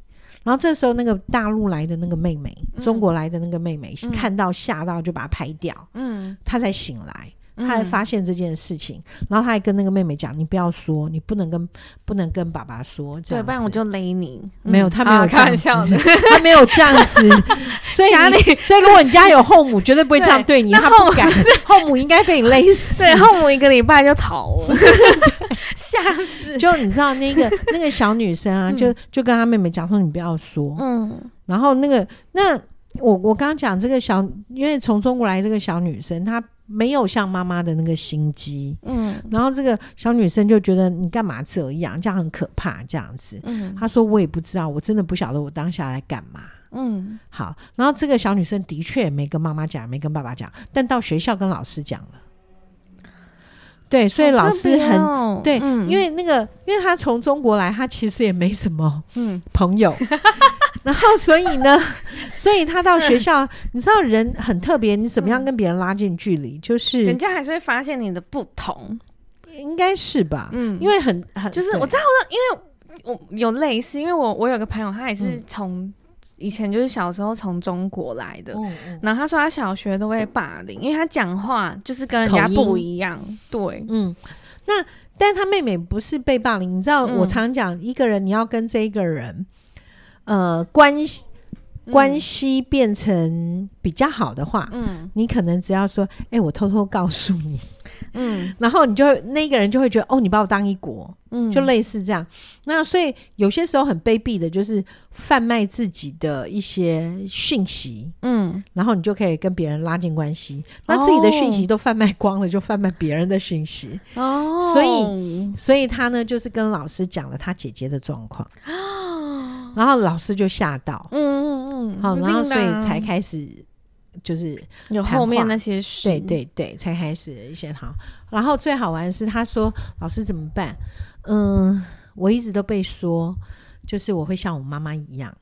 [SPEAKER 2] 然后这时候，那个大陆来的那个妹妹，
[SPEAKER 1] 嗯
[SPEAKER 2] 中国来的那个妹妹，
[SPEAKER 1] 嗯
[SPEAKER 2] 看到吓到就把她拍掉，
[SPEAKER 1] 嗯，
[SPEAKER 2] 她才醒来。
[SPEAKER 1] 嗯
[SPEAKER 2] 他还发现这件事情，然后他还跟那个妹妹讲：“你不要说，你不能跟不能跟爸爸说。”这
[SPEAKER 1] 对，
[SPEAKER 2] 样子，
[SPEAKER 1] 不然我就勒你。
[SPEAKER 2] 没有
[SPEAKER 1] 嗯
[SPEAKER 2] 他没有
[SPEAKER 1] 啊
[SPEAKER 2] 这
[SPEAKER 1] 开
[SPEAKER 2] 样
[SPEAKER 1] 玩笑
[SPEAKER 2] 子
[SPEAKER 1] 的。
[SPEAKER 2] 他没有这样 子，所以
[SPEAKER 1] 家
[SPEAKER 2] 你
[SPEAKER 1] 里
[SPEAKER 2] 所以如果你家有后母，绝对不会这样对你，
[SPEAKER 1] 对
[SPEAKER 2] 他
[SPEAKER 1] 那后
[SPEAKER 2] 不敢，后母应该被你勒死。
[SPEAKER 1] 对，后母一个礼拜就逃了， 吓死。
[SPEAKER 2] 就你知道那个那个小女生啊，
[SPEAKER 1] 嗯
[SPEAKER 2] 就就跟她妹妹讲说你不要说，
[SPEAKER 1] 嗯
[SPEAKER 2] 然后那个那我我刚刚讲这个小，因为从中国来这个小女生，她没有像妈妈的那个心机，
[SPEAKER 1] 嗯
[SPEAKER 2] 然后这个小女生就觉得你干嘛这样，这样很可怕，这样子。
[SPEAKER 1] 嗯
[SPEAKER 2] 她说我也不知道，我真的不晓得我当下来干嘛。
[SPEAKER 1] 嗯，
[SPEAKER 2] 好，然后这个小女生的确也没跟妈妈讲，也没跟爸爸讲，但到学校跟老师讲了。对，所以老师很、
[SPEAKER 1] 很
[SPEAKER 2] 对
[SPEAKER 1] 嗯
[SPEAKER 2] 因为那个，因为她从中国来，她其实也没什么
[SPEAKER 1] 嗯
[SPEAKER 2] 朋友，然后所以呢，所以她到
[SPEAKER 1] 嗯
[SPEAKER 2] 学校，你知道人很特别，你怎么样跟别人拉近距离，就
[SPEAKER 1] 人
[SPEAKER 2] 是
[SPEAKER 1] 家还是会发现你的不同。
[SPEAKER 2] 应该是吧，
[SPEAKER 1] 嗯，
[SPEAKER 2] 因为很很
[SPEAKER 1] 就是我知
[SPEAKER 2] 道，
[SPEAKER 1] 我有类似，因为我我有个朋友，他也是
[SPEAKER 2] 嗯
[SPEAKER 1] 从以前就是小时候从中国来的，
[SPEAKER 2] 嗯嗯
[SPEAKER 1] 然后他说他小学都被霸凌，因为他讲话就是跟人家
[SPEAKER 2] 口音
[SPEAKER 1] 不一样。对，
[SPEAKER 2] 嗯，那但他妹妹不是被霸凌，你知道，
[SPEAKER 1] 嗯
[SPEAKER 2] 我常讲一个人，你要跟这一个人，呃，关系关
[SPEAKER 1] 系，
[SPEAKER 2] 系变成比较好的话。
[SPEAKER 1] 嗯
[SPEAKER 2] 你可能只要说，哎、我偷偷告诉你，
[SPEAKER 1] 嗯
[SPEAKER 2] 然后你就会那个人就会觉得，哦，你把我当一国，
[SPEAKER 1] 嗯，
[SPEAKER 2] 就类似这样。那所以有些时候很卑鄙的，就是贩卖自己的一些讯息，
[SPEAKER 1] 嗯
[SPEAKER 2] 然后你就可以跟别人拉近关系。那自己的讯息都贩卖光了，就贩卖别人的讯息。
[SPEAKER 1] 哦，
[SPEAKER 2] 所以所以他呢，就是跟老师讲了他姐姐的状况，然后老师就吓到，
[SPEAKER 1] 嗯哦嗯嗯，
[SPEAKER 2] 好、
[SPEAKER 1] 一
[SPEAKER 2] 然后
[SPEAKER 1] 定
[SPEAKER 2] 所
[SPEAKER 1] 的
[SPEAKER 2] 以
[SPEAKER 1] 啊
[SPEAKER 2] 才开始就是
[SPEAKER 1] 有
[SPEAKER 2] 谈
[SPEAKER 1] 后面
[SPEAKER 2] 话
[SPEAKER 1] 那些事。
[SPEAKER 2] 对，对对，才开始一些好。然后最好玩的是，他说老师怎么办？嗯，我一直都被说，就是我会像我妈妈一样，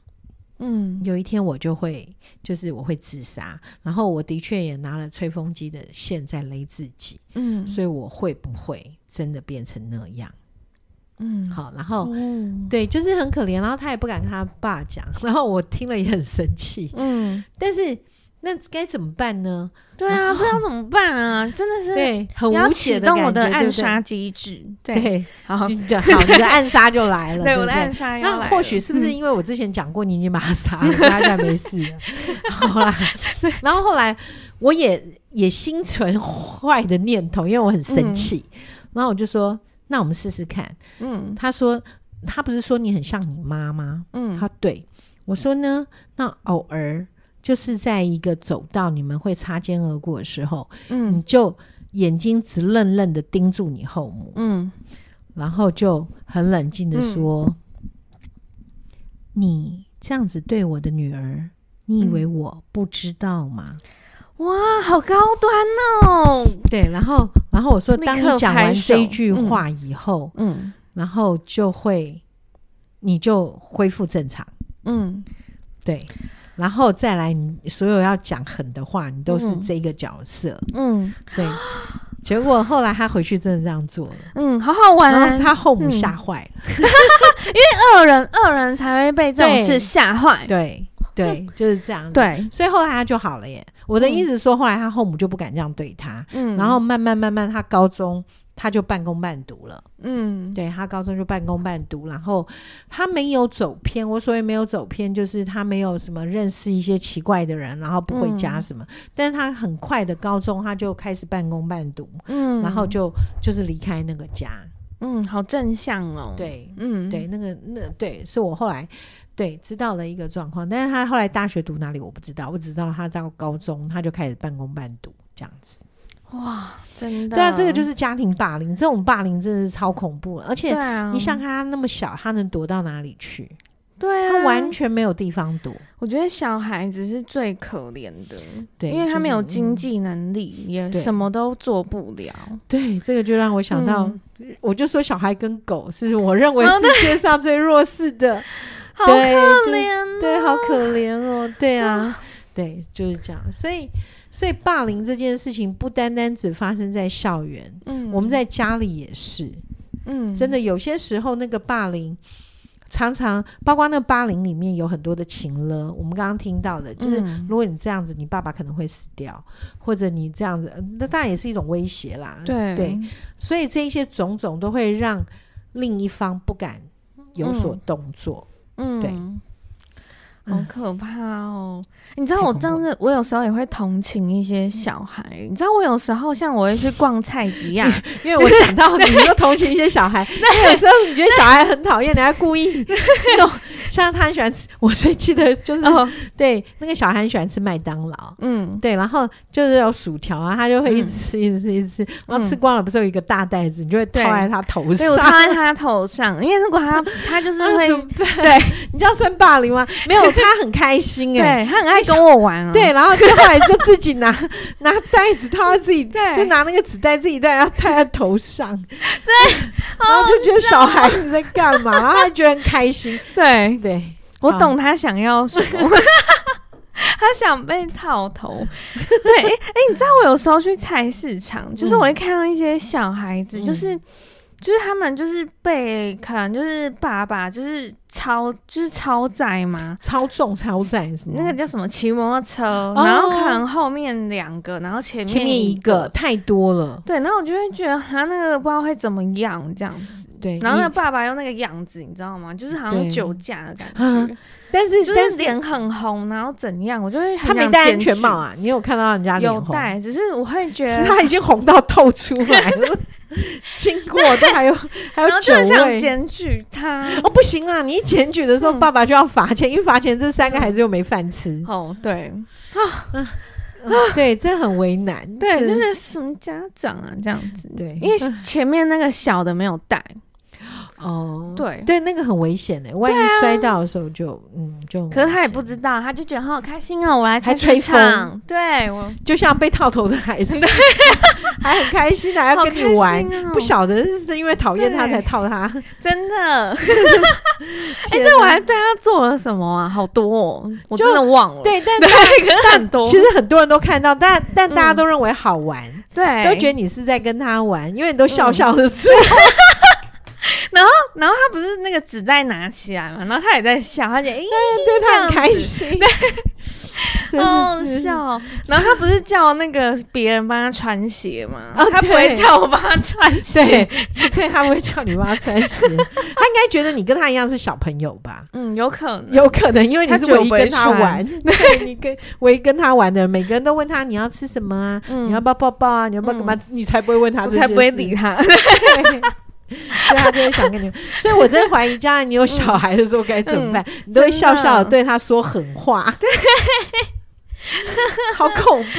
[SPEAKER 1] 嗯
[SPEAKER 2] 有一天我就会，就是我会自杀。然后我的确也拿了吹风机的线在勒自己，
[SPEAKER 1] 嗯
[SPEAKER 2] 所以我会不会真的变成那样？
[SPEAKER 1] 嗯，
[SPEAKER 2] 好，然后。
[SPEAKER 1] 嗯
[SPEAKER 2] 对，就是很可怜，然后他也不敢跟他爸讲，然后我听了也很生气，
[SPEAKER 1] 嗯，
[SPEAKER 2] 但是那该怎么办呢？
[SPEAKER 1] 对啊，这要怎么办 啊？真的是
[SPEAKER 2] 对，很
[SPEAKER 1] 你要
[SPEAKER 2] 无
[SPEAKER 1] 启
[SPEAKER 2] 解的感
[SPEAKER 1] 动
[SPEAKER 2] 觉，
[SPEAKER 1] 我的
[SPEAKER 2] 对
[SPEAKER 1] 暗
[SPEAKER 2] 不对
[SPEAKER 1] 杀机制。对，
[SPEAKER 2] 对，
[SPEAKER 1] 好，
[SPEAKER 2] 你就好，你的暗杀就来了，对
[SPEAKER 1] 对
[SPEAKER 2] 不
[SPEAKER 1] 我的暗
[SPEAKER 2] 对？
[SPEAKER 1] 杀要来
[SPEAKER 2] 那
[SPEAKER 1] 了
[SPEAKER 2] 或 许是不是因为我之前讲过，你已经把他杀了，所以他现在没事了？好啦，然后后来我也也心存坏的念头，因为我很生气，然后我就说，那我们试试看。
[SPEAKER 1] 嗯
[SPEAKER 2] 他说，他不是说你很像你妈吗？
[SPEAKER 1] 嗯
[SPEAKER 2] 他对我说呢，那偶尔就是在一个走道你们会擦肩而过的时候，你
[SPEAKER 1] 嗯
[SPEAKER 2] 就眼睛直愣愣的盯住你后母，
[SPEAKER 1] 嗯
[SPEAKER 2] 然后就很冷静的说：“你这样子对我的女儿，你以为我不知道吗
[SPEAKER 1] 嗯哇，好高端哦！？”
[SPEAKER 2] 对，然后然后我说，
[SPEAKER 1] 立
[SPEAKER 2] 当
[SPEAKER 1] 刻
[SPEAKER 2] 你讲
[SPEAKER 1] 拍
[SPEAKER 2] 完这
[SPEAKER 1] 手
[SPEAKER 2] 一句
[SPEAKER 1] 嗯
[SPEAKER 2] 话以后，
[SPEAKER 1] 嗯
[SPEAKER 2] 然后就会你就恢复正常。
[SPEAKER 1] 嗯
[SPEAKER 2] 对，然后再来，你所有要讲狠的话，你都是
[SPEAKER 1] 嗯
[SPEAKER 2] 这个角色。
[SPEAKER 1] 嗯
[SPEAKER 2] 对，结果后来他回去真的这样做了，
[SPEAKER 1] 嗯，好好玩
[SPEAKER 2] 然后
[SPEAKER 1] 啊。
[SPEAKER 2] 他后母
[SPEAKER 1] 嗯
[SPEAKER 2] 吓坏了。
[SPEAKER 1] 恶人恶人才会被这种
[SPEAKER 2] 对
[SPEAKER 1] 事吓坏。
[SPEAKER 2] 对对， 就是这样。，
[SPEAKER 1] 嗯对，
[SPEAKER 2] 所以后来他就好了耶。我的意思是说，后来他后母就不敢这样对他，
[SPEAKER 1] 嗯，
[SPEAKER 2] 然后慢慢慢慢，他高中他就半工半读了。
[SPEAKER 1] 嗯
[SPEAKER 2] 对他高中就半工半读，然后他没有走偏。我所谓没有走偏，就是他没有什么认识一些奇怪的人，然后不回家
[SPEAKER 1] 嗯
[SPEAKER 2] 什么。但是他很快的高中他就开始半工半读，
[SPEAKER 1] 嗯，
[SPEAKER 2] 然后就就是离开那个家。
[SPEAKER 1] 嗯，好正向哦。，
[SPEAKER 2] 对、
[SPEAKER 1] 嗯
[SPEAKER 2] 对，那个那对，是我后来对，知道了一个状况，但是他后来大学读哪里我不知道，我只知道他到高中他就开始半工半读这样子。
[SPEAKER 1] 真的。
[SPEAKER 2] 对啊，这个就是是家庭霸凌，这种霸凌真的是超恐怖的，而
[SPEAKER 1] 对
[SPEAKER 2] 且
[SPEAKER 1] 啊，
[SPEAKER 2] 你想看他那么小，他能躲到哪里去？
[SPEAKER 1] 对啊，
[SPEAKER 2] 他完全没有地方躲。
[SPEAKER 1] 我觉得小孩子是最可怜的，
[SPEAKER 2] 对，嗯
[SPEAKER 1] 因为他没有经
[SPEAKER 2] 济。
[SPEAKER 1] 济能力，也
[SPEAKER 2] 对
[SPEAKER 1] 什么都做不了。
[SPEAKER 2] 对，这个就让我想到，
[SPEAKER 1] 嗯
[SPEAKER 2] 我就说小孩跟狗是我认为
[SPEAKER 1] 哦
[SPEAKER 2] 世界上最弱势的，
[SPEAKER 1] 好可
[SPEAKER 2] 对，就
[SPEAKER 1] 怜哦，
[SPEAKER 2] 对，好可怜哦，对啊，对，就是这样。所以，所以霸凌这件事情不单单只发生在校园，
[SPEAKER 1] 嗯
[SPEAKER 2] 我们在家里也是，
[SPEAKER 1] 嗯
[SPEAKER 2] 真的有些时候那个霸凌。常常包括那霸凌里面有很多的情了，我们刚刚听到的，就是
[SPEAKER 1] 嗯
[SPEAKER 2] 如果你这样子，你爸爸可能会死掉，或者你这样子，呃那当然也是一种威胁啦。
[SPEAKER 1] 对
[SPEAKER 2] 对，所以这一些种种都会让另一方不敢有所动作。
[SPEAKER 1] 嗯，
[SPEAKER 2] 对
[SPEAKER 1] 好可怕哦！你知道我
[SPEAKER 2] 太恐
[SPEAKER 1] 真
[SPEAKER 2] 怖
[SPEAKER 1] 的，我有时候也会同情一些小孩。你知道我有时候像我会去逛菜 啊吉亚，
[SPEAKER 2] 因为我想到你又同情一些 小孩，因为有时候你觉得小孩很讨厌，你还故意 弄，像他很喜欢吃，我最记得就是、
[SPEAKER 1] 哦，
[SPEAKER 2] 对那个小孩很喜欢吃麦当劳。
[SPEAKER 1] 嗯，
[SPEAKER 2] 对，然后就是有薯条啊，他就会一直
[SPEAKER 1] 嗯
[SPEAKER 2] 吃，一直吃，一直吃，然
[SPEAKER 1] 嗯
[SPEAKER 2] 后吃光了，不是有一个大袋子，你就会套
[SPEAKER 1] 对
[SPEAKER 2] 在他头
[SPEAKER 1] 所
[SPEAKER 2] 上
[SPEAKER 1] 以我。套在他头上，因为如果他他就是
[SPEAKER 2] 那
[SPEAKER 1] 会
[SPEAKER 2] 啊怎么办？对， 你这样算霸凌吗？没有，他很开心哎、
[SPEAKER 1] 对他很爱跟我玩啊，
[SPEAKER 2] 对，然后就后来就自己拿 拿袋子套在自己，
[SPEAKER 1] 对
[SPEAKER 2] 就拿那个纸袋自己戴，然后戴在头上。对， 然后就觉得小孩子在干嘛，然后他觉得很开心。
[SPEAKER 1] 对，
[SPEAKER 2] 对，啊
[SPEAKER 1] 我
[SPEAKER 2] 好
[SPEAKER 1] 懂他想要什么， 他想被套头。对，哎、诶你知道我有时候去菜市场，就是我会看到一些小孩子，
[SPEAKER 2] 嗯
[SPEAKER 1] 就是。就是他们就是被可能就是爸爸就是超就是超载嘛，
[SPEAKER 2] 超重超赞什么？
[SPEAKER 1] 那个叫什么骑摩托车，
[SPEAKER 2] 哦
[SPEAKER 1] 然后可能后面两个，然后前面
[SPEAKER 2] 前面一个太多了，
[SPEAKER 1] 对，然后我就会觉得他那个不知道会怎么样这样子，
[SPEAKER 2] 对，
[SPEAKER 1] 然后
[SPEAKER 2] 你
[SPEAKER 1] 那个爸爸用那个样子，你知道吗？就是好像
[SPEAKER 2] 对
[SPEAKER 1] 酒驾的感
[SPEAKER 2] 啊
[SPEAKER 1] 觉。
[SPEAKER 2] 但是
[SPEAKER 1] 就
[SPEAKER 2] 但
[SPEAKER 1] 是脸很红，然后怎样，我就会很
[SPEAKER 2] 他没
[SPEAKER 1] 想
[SPEAKER 2] 戴
[SPEAKER 1] 检
[SPEAKER 2] 安全
[SPEAKER 1] 举
[SPEAKER 2] 帽。啊，你有看到人家脸
[SPEAKER 1] 有
[SPEAKER 2] 红？
[SPEAKER 1] 戴，只是我会觉得，
[SPEAKER 2] 他已经红到透出来 了，经过都还有还有
[SPEAKER 1] 然后
[SPEAKER 2] 酒
[SPEAKER 1] 就很想
[SPEAKER 2] 味。
[SPEAKER 1] 检举 他。
[SPEAKER 2] 哦，不行啊！你一检举的时候，
[SPEAKER 1] 嗯
[SPEAKER 2] 爸爸就要罚钱，因为罚钱这三个孩子又没饭吃。
[SPEAKER 1] 哦，对
[SPEAKER 2] 对，这很为难。
[SPEAKER 1] 嗯啊对，
[SPEAKER 2] 这
[SPEAKER 1] 就是什么家长啊这样子，
[SPEAKER 2] 对，
[SPEAKER 1] 因为前面那个小的没有戴，
[SPEAKER 2] 哦，
[SPEAKER 1] 对，啊
[SPEAKER 2] 对，那个很危险的，万一摔到的时候就、嗯就很危险，
[SPEAKER 1] 可是他也不知道，他就觉得好好开心哦，我来
[SPEAKER 2] 还
[SPEAKER 1] 菜
[SPEAKER 2] 吹
[SPEAKER 1] 市场，对我
[SPEAKER 2] 就像被套头的孩 子，还很开心的，还要
[SPEAKER 1] 好
[SPEAKER 2] 跟你
[SPEAKER 1] 开
[SPEAKER 2] 玩。
[SPEAKER 1] 心哦
[SPEAKER 2] 不晓得是因为讨厌他
[SPEAKER 1] 对
[SPEAKER 2] 才套他，
[SPEAKER 1] 真 的， 哎，
[SPEAKER 2] 天
[SPEAKER 1] 对我
[SPEAKER 2] 哪
[SPEAKER 1] 还对他做了什么啊？好多哦，我
[SPEAKER 2] 就
[SPEAKER 1] 真的忘了，
[SPEAKER 2] 对， 但
[SPEAKER 1] 对，可是很多，
[SPEAKER 2] 其实很多人都看到，但但大家
[SPEAKER 1] 嗯哎嗯
[SPEAKER 2] 都认为好玩，
[SPEAKER 1] 对，
[SPEAKER 2] 都觉得你是在跟他玩，因为你都笑笑的做，
[SPEAKER 1] 然后他不是那个纸袋拿起来嘛，然后他也在笑，他就哎，
[SPEAKER 2] 对他很
[SPEAKER 1] 这样
[SPEAKER 2] 开心， 真的
[SPEAKER 1] 好好
[SPEAKER 2] 是
[SPEAKER 1] 笑哦。然后他不是叫那个别人帮他穿鞋吗？
[SPEAKER 2] 哦
[SPEAKER 1] 他不会
[SPEAKER 2] 对
[SPEAKER 1] 叫我帮他穿
[SPEAKER 2] 对
[SPEAKER 1] 鞋。
[SPEAKER 2] 对，他不会叫你帮他穿 鞋，他应该觉得你跟他一样是小朋友吧？
[SPEAKER 1] 嗯，有可能。
[SPEAKER 2] 有可能，因为你是
[SPEAKER 1] 他觉得
[SPEAKER 2] 唯
[SPEAKER 1] 我
[SPEAKER 2] 一
[SPEAKER 1] 不会
[SPEAKER 2] 跟他玩， 对你跟唯一跟他玩的人，每个人都问他你要吃什么啊，
[SPEAKER 1] 嗯
[SPEAKER 2] 你要不要抱抱啊，你要不要干嘛？你才不会问他
[SPEAKER 1] 我
[SPEAKER 2] 这些
[SPEAKER 1] 才
[SPEAKER 2] 事，
[SPEAKER 1] 不会理他。
[SPEAKER 2] 对。所以他就会想跟你，所以我真的怀疑，将来你有小孩的时候该怎么办？你都会笑笑的对他说狠 话，对，好恐怖。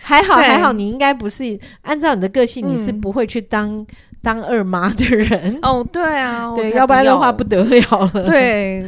[SPEAKER 2] 还好
[SPEAKER 1] 对
[SPEAKER 2] 还好，你应该不是按照你的个性，你是
[SPEAKER 1] 嗯
[SPEAKER 2] 不会去当、当二妈的人，
[SPEAKER 1] 哦，对啊，我
[SPEAKER 2] 对，
[SPEAKER 1] 才
[SPEAKER 2] 要不然的话
[SPEAKER 1] 要
[SPEAKER 2] 不得了了。
[SPEAKER 1] 对，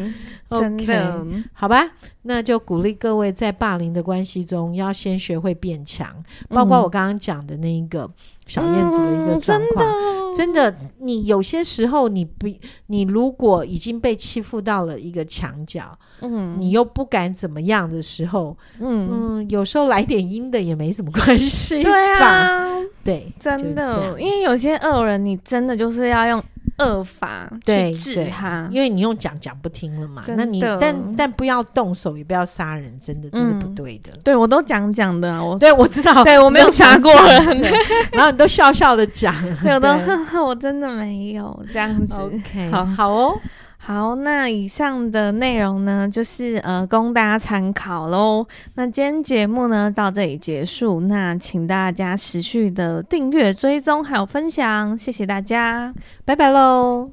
[SPEAKER 1] 真
[SPEAKER 2] OK，
[SPEAKER 1] 的，
[SPEAKER 2] 好吧，那就鼓励各位在霸凌的关系中，要先学会变强，包括
[SPEAKER 1] 嗯
[SPEAKER 2] 我刚刚讲的那一个小燕子的一个
[SPEAKER 1] 嗯
[SPEAKER 2] 状
[SPEAKER 1] 真的
[SPEAKER 2] 况。
[SPEAKER 1] 哦
[SPEAKER 2] 真的，你有些时候你不，你如果已经被欺负到了一个墙角，
[SPEAKER 1] 嗯
[SPEAKER 2] 你又不敢怎么样的时候，
[SPEAKER 1] 嗯，
[SPEAKER 2] 嗯，有时候来点阴的也没什么关系，
[SPEAKER 1] 对
[SPEAKER 2] 吧，
[SPEAKER 1] 啊，
[SPEAKER 2] 对，
[SPEAKER 1] 真
[SPEAKER 2] 就是这样
[SPEAKER 1] 的，因为有些恶人，你真的就是要用恶法
[SPEAKER 2] 对
[SPEAKER 1] 去治
[SPEAKER 2] 对
[SPEAKER 1] 他。
[SPEAKER 2] 因为你用讲讲不听了嘛，
[SPEAKER 1] 嗯真
[SPEAKER 2] 那你
[SPEAKER 1] 的
[SPEAKER 2] 但但不要动手，也不要杀人，真的这是不
[SPEAKER 1] 嗯
[SPEAKER 2] 对的。
[SPEAKER 1] 对我都讲讲的啊，我
[SPEAKER 2] 对，我知道，
[SPEAKER 1] 对我没有
[SPEAKER 2] 你都讲
[SPEAKER 1] 杀过人
[SPEAKER 2] 对 然后你都笑笑的讲，
[SPEAKER 1] 对，我都
[SPEAKER 2] 对
[SPEAKER 1] 我真的没有这样子。
[SPEAKER 2] OK，
[SPEAKER 1] 好
[SPEAKER 2] 好哦，
[SPEAKER 1] 好，那以上的内容呢，就是呃供大家参考喽。那今天节目呢到这里结束，那请大家持续的订阅、追踪还有分享，谢谢大家。
[SPEAKER 2] 拜拜喽。